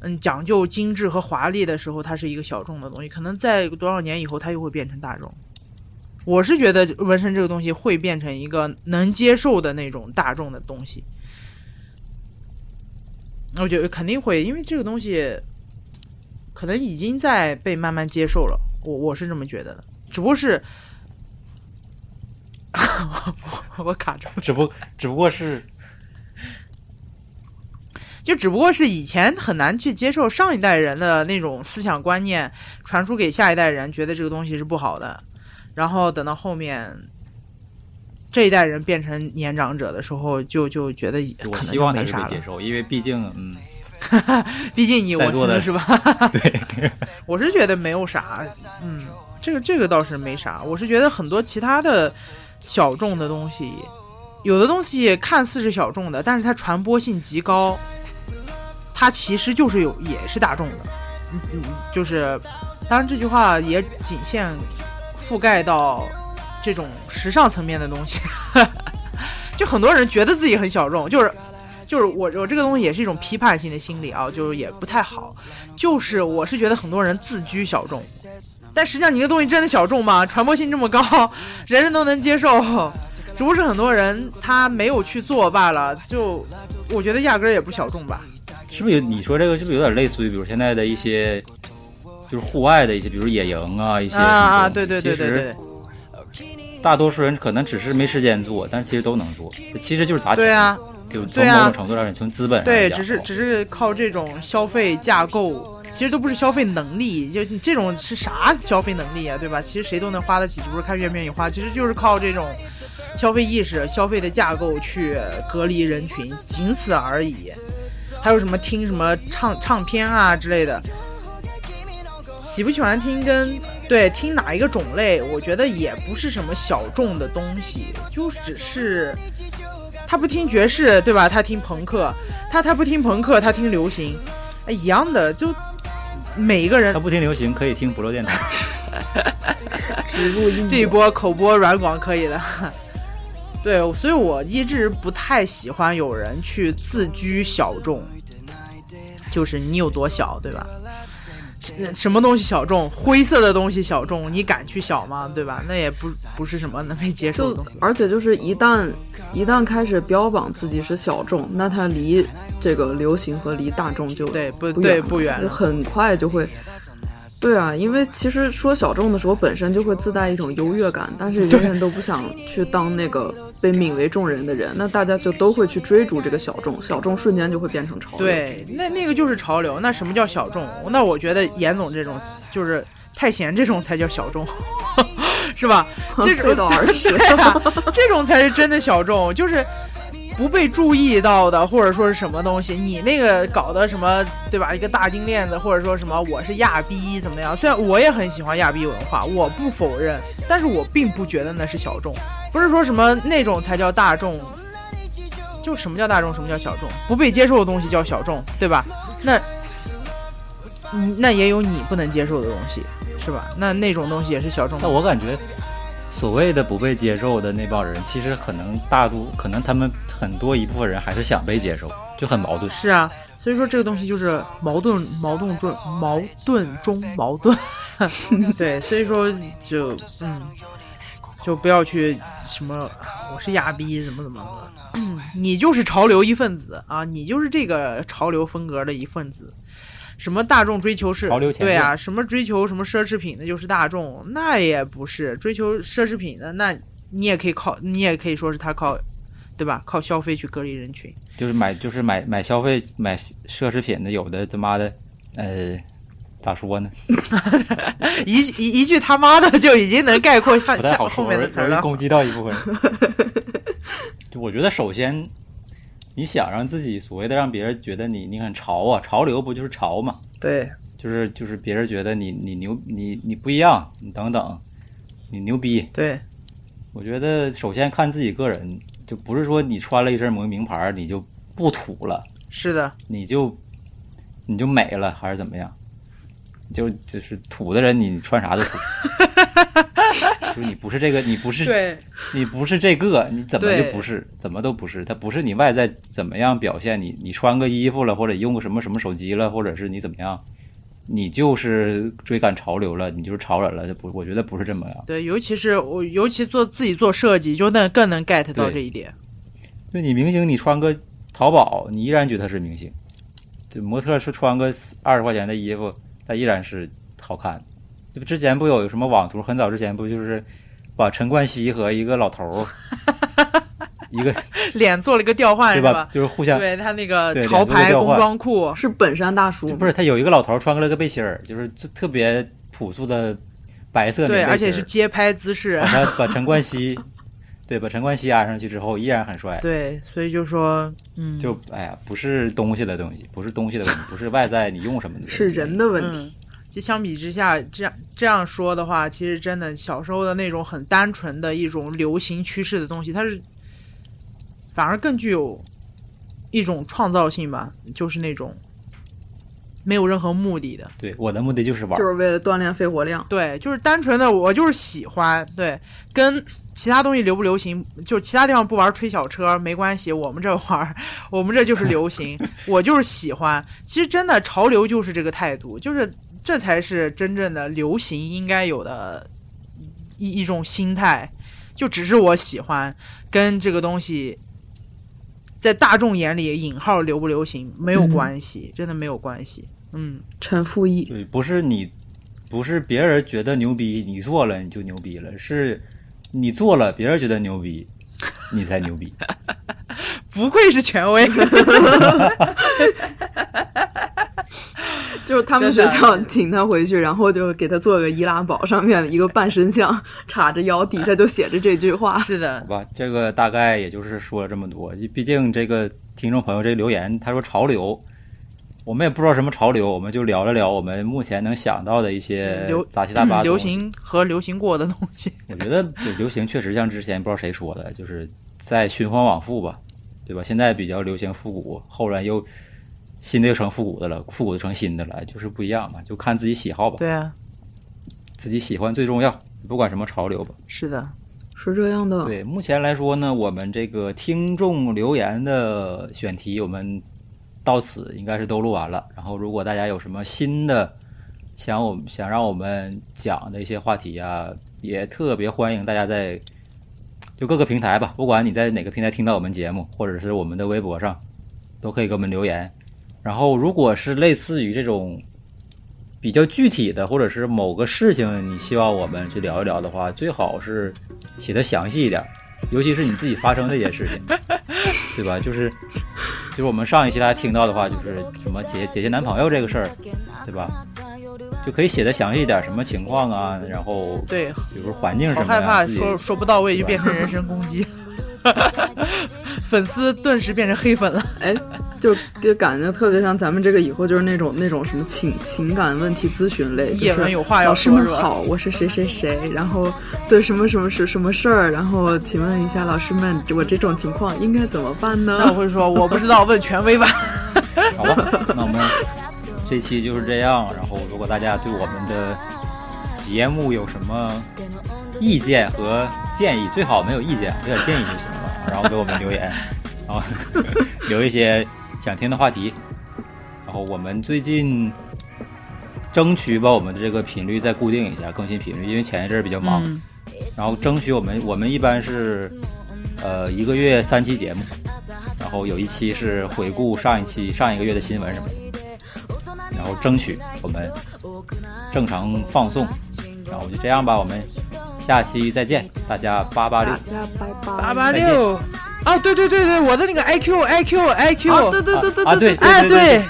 Speaker 1: 嗯，讲究精致和华丽的时候，它是一个小众的东西，可能在多少年以后，它又会变成大众。我是觉得纹身这个东西会变成一个能接受的那种大众的东西，我觉得肯定会，因为这个东西可能已经在被慢慢接受了，我我是这么觉得的，只不过是， 我我卡住了，
Speaker 3: 只不只不过是
Speaker 1: 就只不过是以前很难去接受上一代人的那种思想观念传输给下一代人，觉得这个东西是不好的，然后等到后面这一代人变成年长者的时候，就就觉得
Speaker 3: 我
Speaker 1: 哎可能
Speaker 3: 希
Speaker 1: 就
Speaker 3: 望
Speaker 1: 没
Speaker 3: 他是
Speaker 1: 啥
Speaker 3: 被
Speaker 1: 了
Speaker 3: 接。受，因为毕竟，嗯，
Speaker 1: 毕竟你
Speaker 3: 在
Speaker 1: 我
Speaker 3: 座的
Speaker 1: 是吧？
Speaker 3: 对，
Speaker 1: 我是觉得没有啥，嗯，这个这个倒是没啥。我是觉得很多其他的小众的东西，有的东西看似是小众的，但是它传播性极高，它其实就是有也是大众的。嗯嗯，就是，当然这句话也仅限覆盖到这种时尚层面的东西。 就很多人觉得自己很小众，就是就是我我这个东西也是一种批判性的心理啊，就是也不太好。就是我是觉得很多人自居小众，但实际上你这东西真的小众吗？传播性这么高，人人都能接受，只不过是很多人他没有去做罢了。就我觉得压根儿也不小众吧。
Speaker 3: 是不是有你说这个是不是有点类似于，比如现在的一些就是户外的一些，比如野营啊，一些
Speaker 1: 啊啊，
Speaker 3: 运动
Speaker 1: 对对对对，
Speaker 3: 其
Speaker 1: 对
Speaker 3: 实，大多数人可能只是没时间做，但是其实都能做，其实就是砸钱，
Speaker 1: 对啊，
Speaker 3: 就从
Speaker 1: 对
Speaker 3: 某
Speaker 1: 啊
Speaker 3: 种程度上，从资本上来
Speaker 1: 对，
Speaker 3: 讲啊
Speaker 1: 只是只是靠这种消费架构，其实都不是消费能力，就你这种是啥消费能力啊，对吧？其实谁都能花得起，只不是看愿不愿意花，其实就是靠这种消费意识、消费的架构去隔离人群，仅此而已。还有什么听什么唱唱片啊之类的，喜不喜欢听跟对听哪一个种类，我觉得也不是什么小众的东西，就只是他不听爵士，对吧？他听朋克，他他不听朋克，他听流行，哎一样的，就每一个人
Speaker 3: 他不听流行，可以听不落电台。
Speaker 2: 植入硬
Speaker 1: 这一
Speaker 2: 广
Speaker 1: 波口播软广可以的。 对，所以我一直不太喜欢有人去自居小众，就是你有多小，对吧？什什么东西小众？灰色的东西小众，你敢去小吗？对吧？那也不不是什么能被接受
Speaker 2: 就
Speaker 1: 的东西。
Speaker 2: 而且就是一旦一旦开始标榜自己是小众，那它离这个流行和离大众就
Speaker 1: 对不
Speaker 2: 不
Speaker 1: 对
Speaker 2: 远了
Speaker 1: 不远
Speaker 2: 就
Speaker 1: 了
Speaker 2: 很快就会。对啊，因为其实说小众的时候本身就会自带一种优越感，但是人人都不想去当那个被泯为众人的人，那大家就都会去追逐这个小众，小众瞬间就会变成潮 流。，
Speaker 1: 对，那那个就是潮流。那什么叫小众？那我觉得严总这种就是太闲这种才叫小众， 是吧？ 这种
Speaker 2: 背道而驰。
Speaker 1: 对啊， 这种才是真的小众，就是不被注意到的，或者说是什么东西，你那个搞的什么，对吧？一个大金链子，或者说什么我是亚逼怎么样？虽然我也很喜欢亚逼文化，我不否认，但是我并不觉得那是小众，不是说什么那种才叫大众。就什么叫大众，什么叫小众？不被接受的东西叫小众，对吧？那，嗯那也有你不能接受的东西，是吧？那那种东西也是小众的
Speaker 3: 但。我感觉，所谓的不被接受的那帮人，其实可能大多，可能他们很多一部分人还是想被接受，就很矛盾。
Speaker 1: 是啊，所以说这个东西就是矛盾，矛盾中矛盾中矛盾。 对，所以说就嗯，就不要去什么我是亚逼怎么怎么的， 你就是潮流一份子啊，你就是这个潮流风格的一份子。什么大众追求是
Speaker 3: 潮流前
Speaker 1: 对啊，什么追求什么奢侈品的就是大众，那也不是追求奢侈品的，那你也可以靠，你也可以说是他靠，对吧？靠消费去隔离人群。
Speaker 3: 就是买，就是买买消费买奢侈品的，有的他妈的，呃，咋 说呢？
Speaker 1: 一一一句他妈的就已经能概括下
Speaker 3: 不太
Speaker 1: 下
Speaker 3: 好
Speaker 1: 后
Speaker 3: 说，
Speaker 1: 面
Speaker 3: 容
Speaker 1: 的
Speaker 3: 易
Speaker 1: 词儿啊
Speaker 3: 容易
Speaker 1: 了。
Speaker 3: 攻击到一部分 人。就我觉得，首先你想让自己所谓的让别人觉得你你很潮啊，潮流不就是潮嘛？
Speaker 1: 对，
Speaker 3: 就是就是别人觉得你你牛你你不一样，你等等，你牛逼，
Speaker 1: 对，
Speaker 3: 我觉得首先看自己个人，就不是说你穿了一身名名牌儿你就不土了，
Speaker 1: 是的，
Speaker 3: 你就你就美了，还是怎么样？就就是土的人，你穿啥都 土。就是你不是这个，你不是
Speaker 1: 对
Speaker 3: 你不是这个，你怎么
Speaker 1: 对
Speaker 3: 就不是？怎么都不是，它不是你外在怎么样表现你，你穿个衣服了，或者用个什么什么手机了，或者是你怎么样，你就是追赶潮流了，你就是潮人了，这不，我觉得不是这么样。
Speaker 1: 对，尤其是我，尤其做自己做设计，就能更能 get 到
Speaker 3: 对
Speaker 1: 这一点。
Speaker 3: 就你明星，你穿个淘宝，你依然觉得他是明星；这模特是穿个二十块钱的衣服，他依然是好看。这不之前不有什么网图，很早之前不就是把陈冠希和一个老头 儿，一个
Speaker 1: 脸做了一个调换
Speaker 3: 对
Speaker 1: 是
Speaker 3: 吧？？就是互相
Speaker 1: 对他那个
Speaker 3: 对
Speaker 1: 潮
Speaker 3: 脸做了
Speaker 1: 牌
Speaker 3: 调
Speaker 1: 工
Speaker 3: 换
Speaker 1: 装裤，
Speaker 2: 是本山大叔
Speaker 3: 就不是他有一个老头儿穿了个背心儿，就是就特别朴素的白色
Speaker 1: 对，
Speaker 3: 棉
Speaker 1: 而
Speaker 3: 背心
Speaker 1: 且
Speaker 3: 儿，
Speaker 1: 是街拍姿势
Speaker 3: 把，他把陈冠希， 对，把陈冠希安上去之后依然很帅，
Speaker 1: 对，所以就说，嗯，
Speaker 3: 就哎呀，不是东西的东西，不是东西的问题，不是外在你用什么的，
Speaker 2: 是人。的问题。
Speaker 1: 嗯。就相比之下，这样这样说的话，其实真的小时候的那种很单纯的一种流行趋势的东西，它是反而更具有一种创造性吧，就是那种没有任何目的的，
Speaker 3: 对，我的目的就是
Speaker 1: 嗯
Speaker 3: 玩
Speaker 2: 就
Speaker 3: 儿，
Speaker 2: 是为了锻炼肺活量，
Speaker 1: 对，就是单纯的我就是喜欢，对，跟其他东西流不流行，就是其他地方不玩吹小车没关系，我们这玩儿，我们这就是流 行，我就是喜欢。其实真的潮流就是这个态度，就是这才是真正的流行应该有的一一种心态，就只是我喜欢跟这个东西。在大众眼里，引号流不流行没有
Speaker 2: 嗯
Speaker 1: 关系，真的没有关系。嗯，
Speaker 2: 陈复义
Speaker 3: 对，不是你，不是别人觉得牛逼，你做了你就牛逼了，是你做了别人觉得牛逼，你才牛逼。
Speaker 1: 不愧是权威。嗯
Speaker 2: 就是他们
Speaker 1: 真
Speaker 2: 学
Speaker 1: 的
Speaker 2: 校 请他回去，然后就给他做个易拉宝，上面一个半身像，叉着腰，底下就写着这句话。
Speaker 1: 是的
Speaker 3: 好，吧，这个大概也就是说了这么多。毕竟这个听众朋友这留言，他说潮流，我们也不知道什么潮流，我们就聊了聊我们目前能想到的一些
Speaker 1: 嗯流
Speaker 3: 呃杂七杂八的
Speaker 1: 流
Speaker 3: 东西。
Speaker 1: 行和流行过的东 西。
Speaker 3: 我觉得这流行确实像之前不知道谁说的，就是在循环往复吧，对吧？现在比较流行复古，后来又新的又成复古的了，复古的成新的了，就是不一样嘛，就看自己喜好吧，
Speaker 1: 对啊，
Speaker 3: 自己喜欢最重要，不管什么潮流吧。
Speaker 1: 是的，
Speaker 2: 是这样的，
Speaker 3: 对，目前来说呢，我们这个听众留言的选题，我们到此应该是都录完了。然后，如果大家有什么新的想我们想让我们讲的一些话题呀、也特别欢迎大家在就各个平台吧，不管你在哪个平台听到我们节目，或者是我们的微博上，都可以给我们留言。然后，如果是类似于这种比较具体的，或者是某个事情你希望我们去聊一聊的话，最好是写的详细一点，尤其是你自己发生这件事情，对吧？就是就是我们上一期大家听到的话，就是什么姐姐姐男朋友这个事儿，对吧？就可以写的详细一点，什么情况啊，然后
Speaker 1: 对，
Speaker 3: 比如环境
Speaker 1: 好
Speaker 3: 什么
Speaker 1: 害
Speaker 3: 呀，
Speaker 1: 怕
Speaker 3: 自己
Speaker 1: 说说不到位就
Speaker 3: 对
Speaker 1: 变成人身攻 击，粉丝顿时变成黑 粉了。
Speaker 2: 哎，就就感觉特别像咱们这个以后就是那种那种什么情情感问题咨询类，
Speaker 1: 叶文有话要
Speaker 2: 老师
Speaker 1: 说
Speaker 2: 们
Speaker 1: 是吧
Speaker 2: 好，我是谁谁谁，然后对什么什么事什么事儿，然后请问一下老师们，我这种情况应该怎么办
Speaker 1: 那我
Speaker 2: 呢？
Speaker 1: 会说我不知道，问权威吧。
Speaker 3: 好吧，那我们这期就是这样。然后，如果大家对我们的节目有什么意见和建议，最好没有意见，有点建议就行了。然后给我们留言，然后留一些想听的话题。然后我们最近争取把我们的这个频率再固定一下，更新频率，因为前一阵儿比较忙。
Speaker 1: 嗯，
Speaker 3: 然后争取我们我们一般是，呃，一个月三期节目，然后有一期是回顾上一期上一个月的新闻什么的，然后争取我们正常放送，然后就这样吧，我们下期再见，大家八八六
Speaker 2: 大。家拜拜。
Speaker 1: 八八六。哦，对对对对，我的那个 IQ IQ IQ，、
Speaker 2: 啊，对对对对
Speaker 3: 啊啊对
Speaker 1: 哎
Speaker 3: 对对，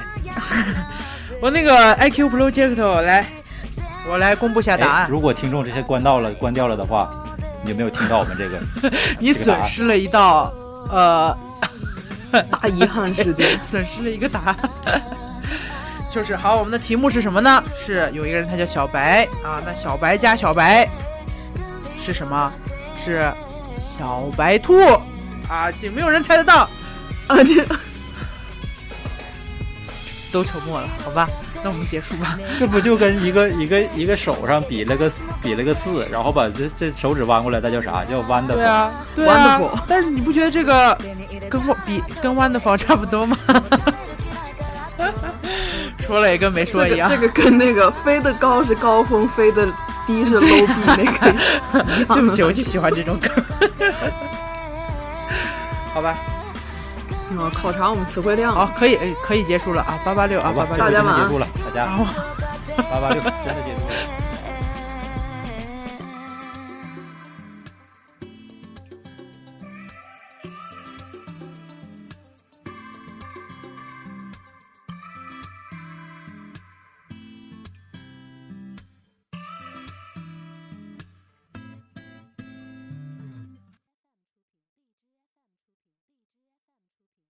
Speaker 1: 我那个 IQ Project 来，我来公布下答
Speaker 3: 哎，
Speaker 1: 案。
Speaker 3: 如果听众这些关到了关掉了的话，你有没有听到我们这个？
Speaker 1: 你损失了一道，呃，
Speaker 2: 大遗憾事件。
Speaker 1: 损失了一个答案。就是好，我们的题目是什么呢？是有一个人他叫小白啊，那小白加小白是什么？是小白兔啊，就没有人猜得到，
Speaker 2: 啊，这
Speaker 1: 都沉默了，好吧？那我们结束 吧。
Speaker 3: 这不就跟一个一个一个手上比了个比了个四，然后把这这手指弯过来，那叫啥？叫弯的。
Speaker 1: 对啊，对啊
Speaker 2: Wonderful。
Speaker 1: 但是你不觉得这个跟我比跟 Wonderful 差不多吗？ 说了也跟没说
Speaker 2: 这
Speaker 1: 一
Speaker 2: 个
Speaker 1: 样。
Speaker 2: 这个跟那个飞得高是高峰，飞得低是 low 逼那个一样。
Speaker 1: 对不起，我就喜欢这种梗。 好吧，
Speaker 2: 嗯，考察我们词汇量。
Speaker 1: 哎好，可以可以结束了啊，八八六啊，
Speaker 3: 好
Speaker 1: 八
Speaker 3: 吧，
Speaker 1: 八
Speaker 3: 这
Speaker 1: 六
Speaker 2: 大
Speaker 3: 个。
Speaker 2: 家晚安
Speaker 3: 结束了，大家
Speaker 1: 然后
Speaker 3: 八八六，真的结束。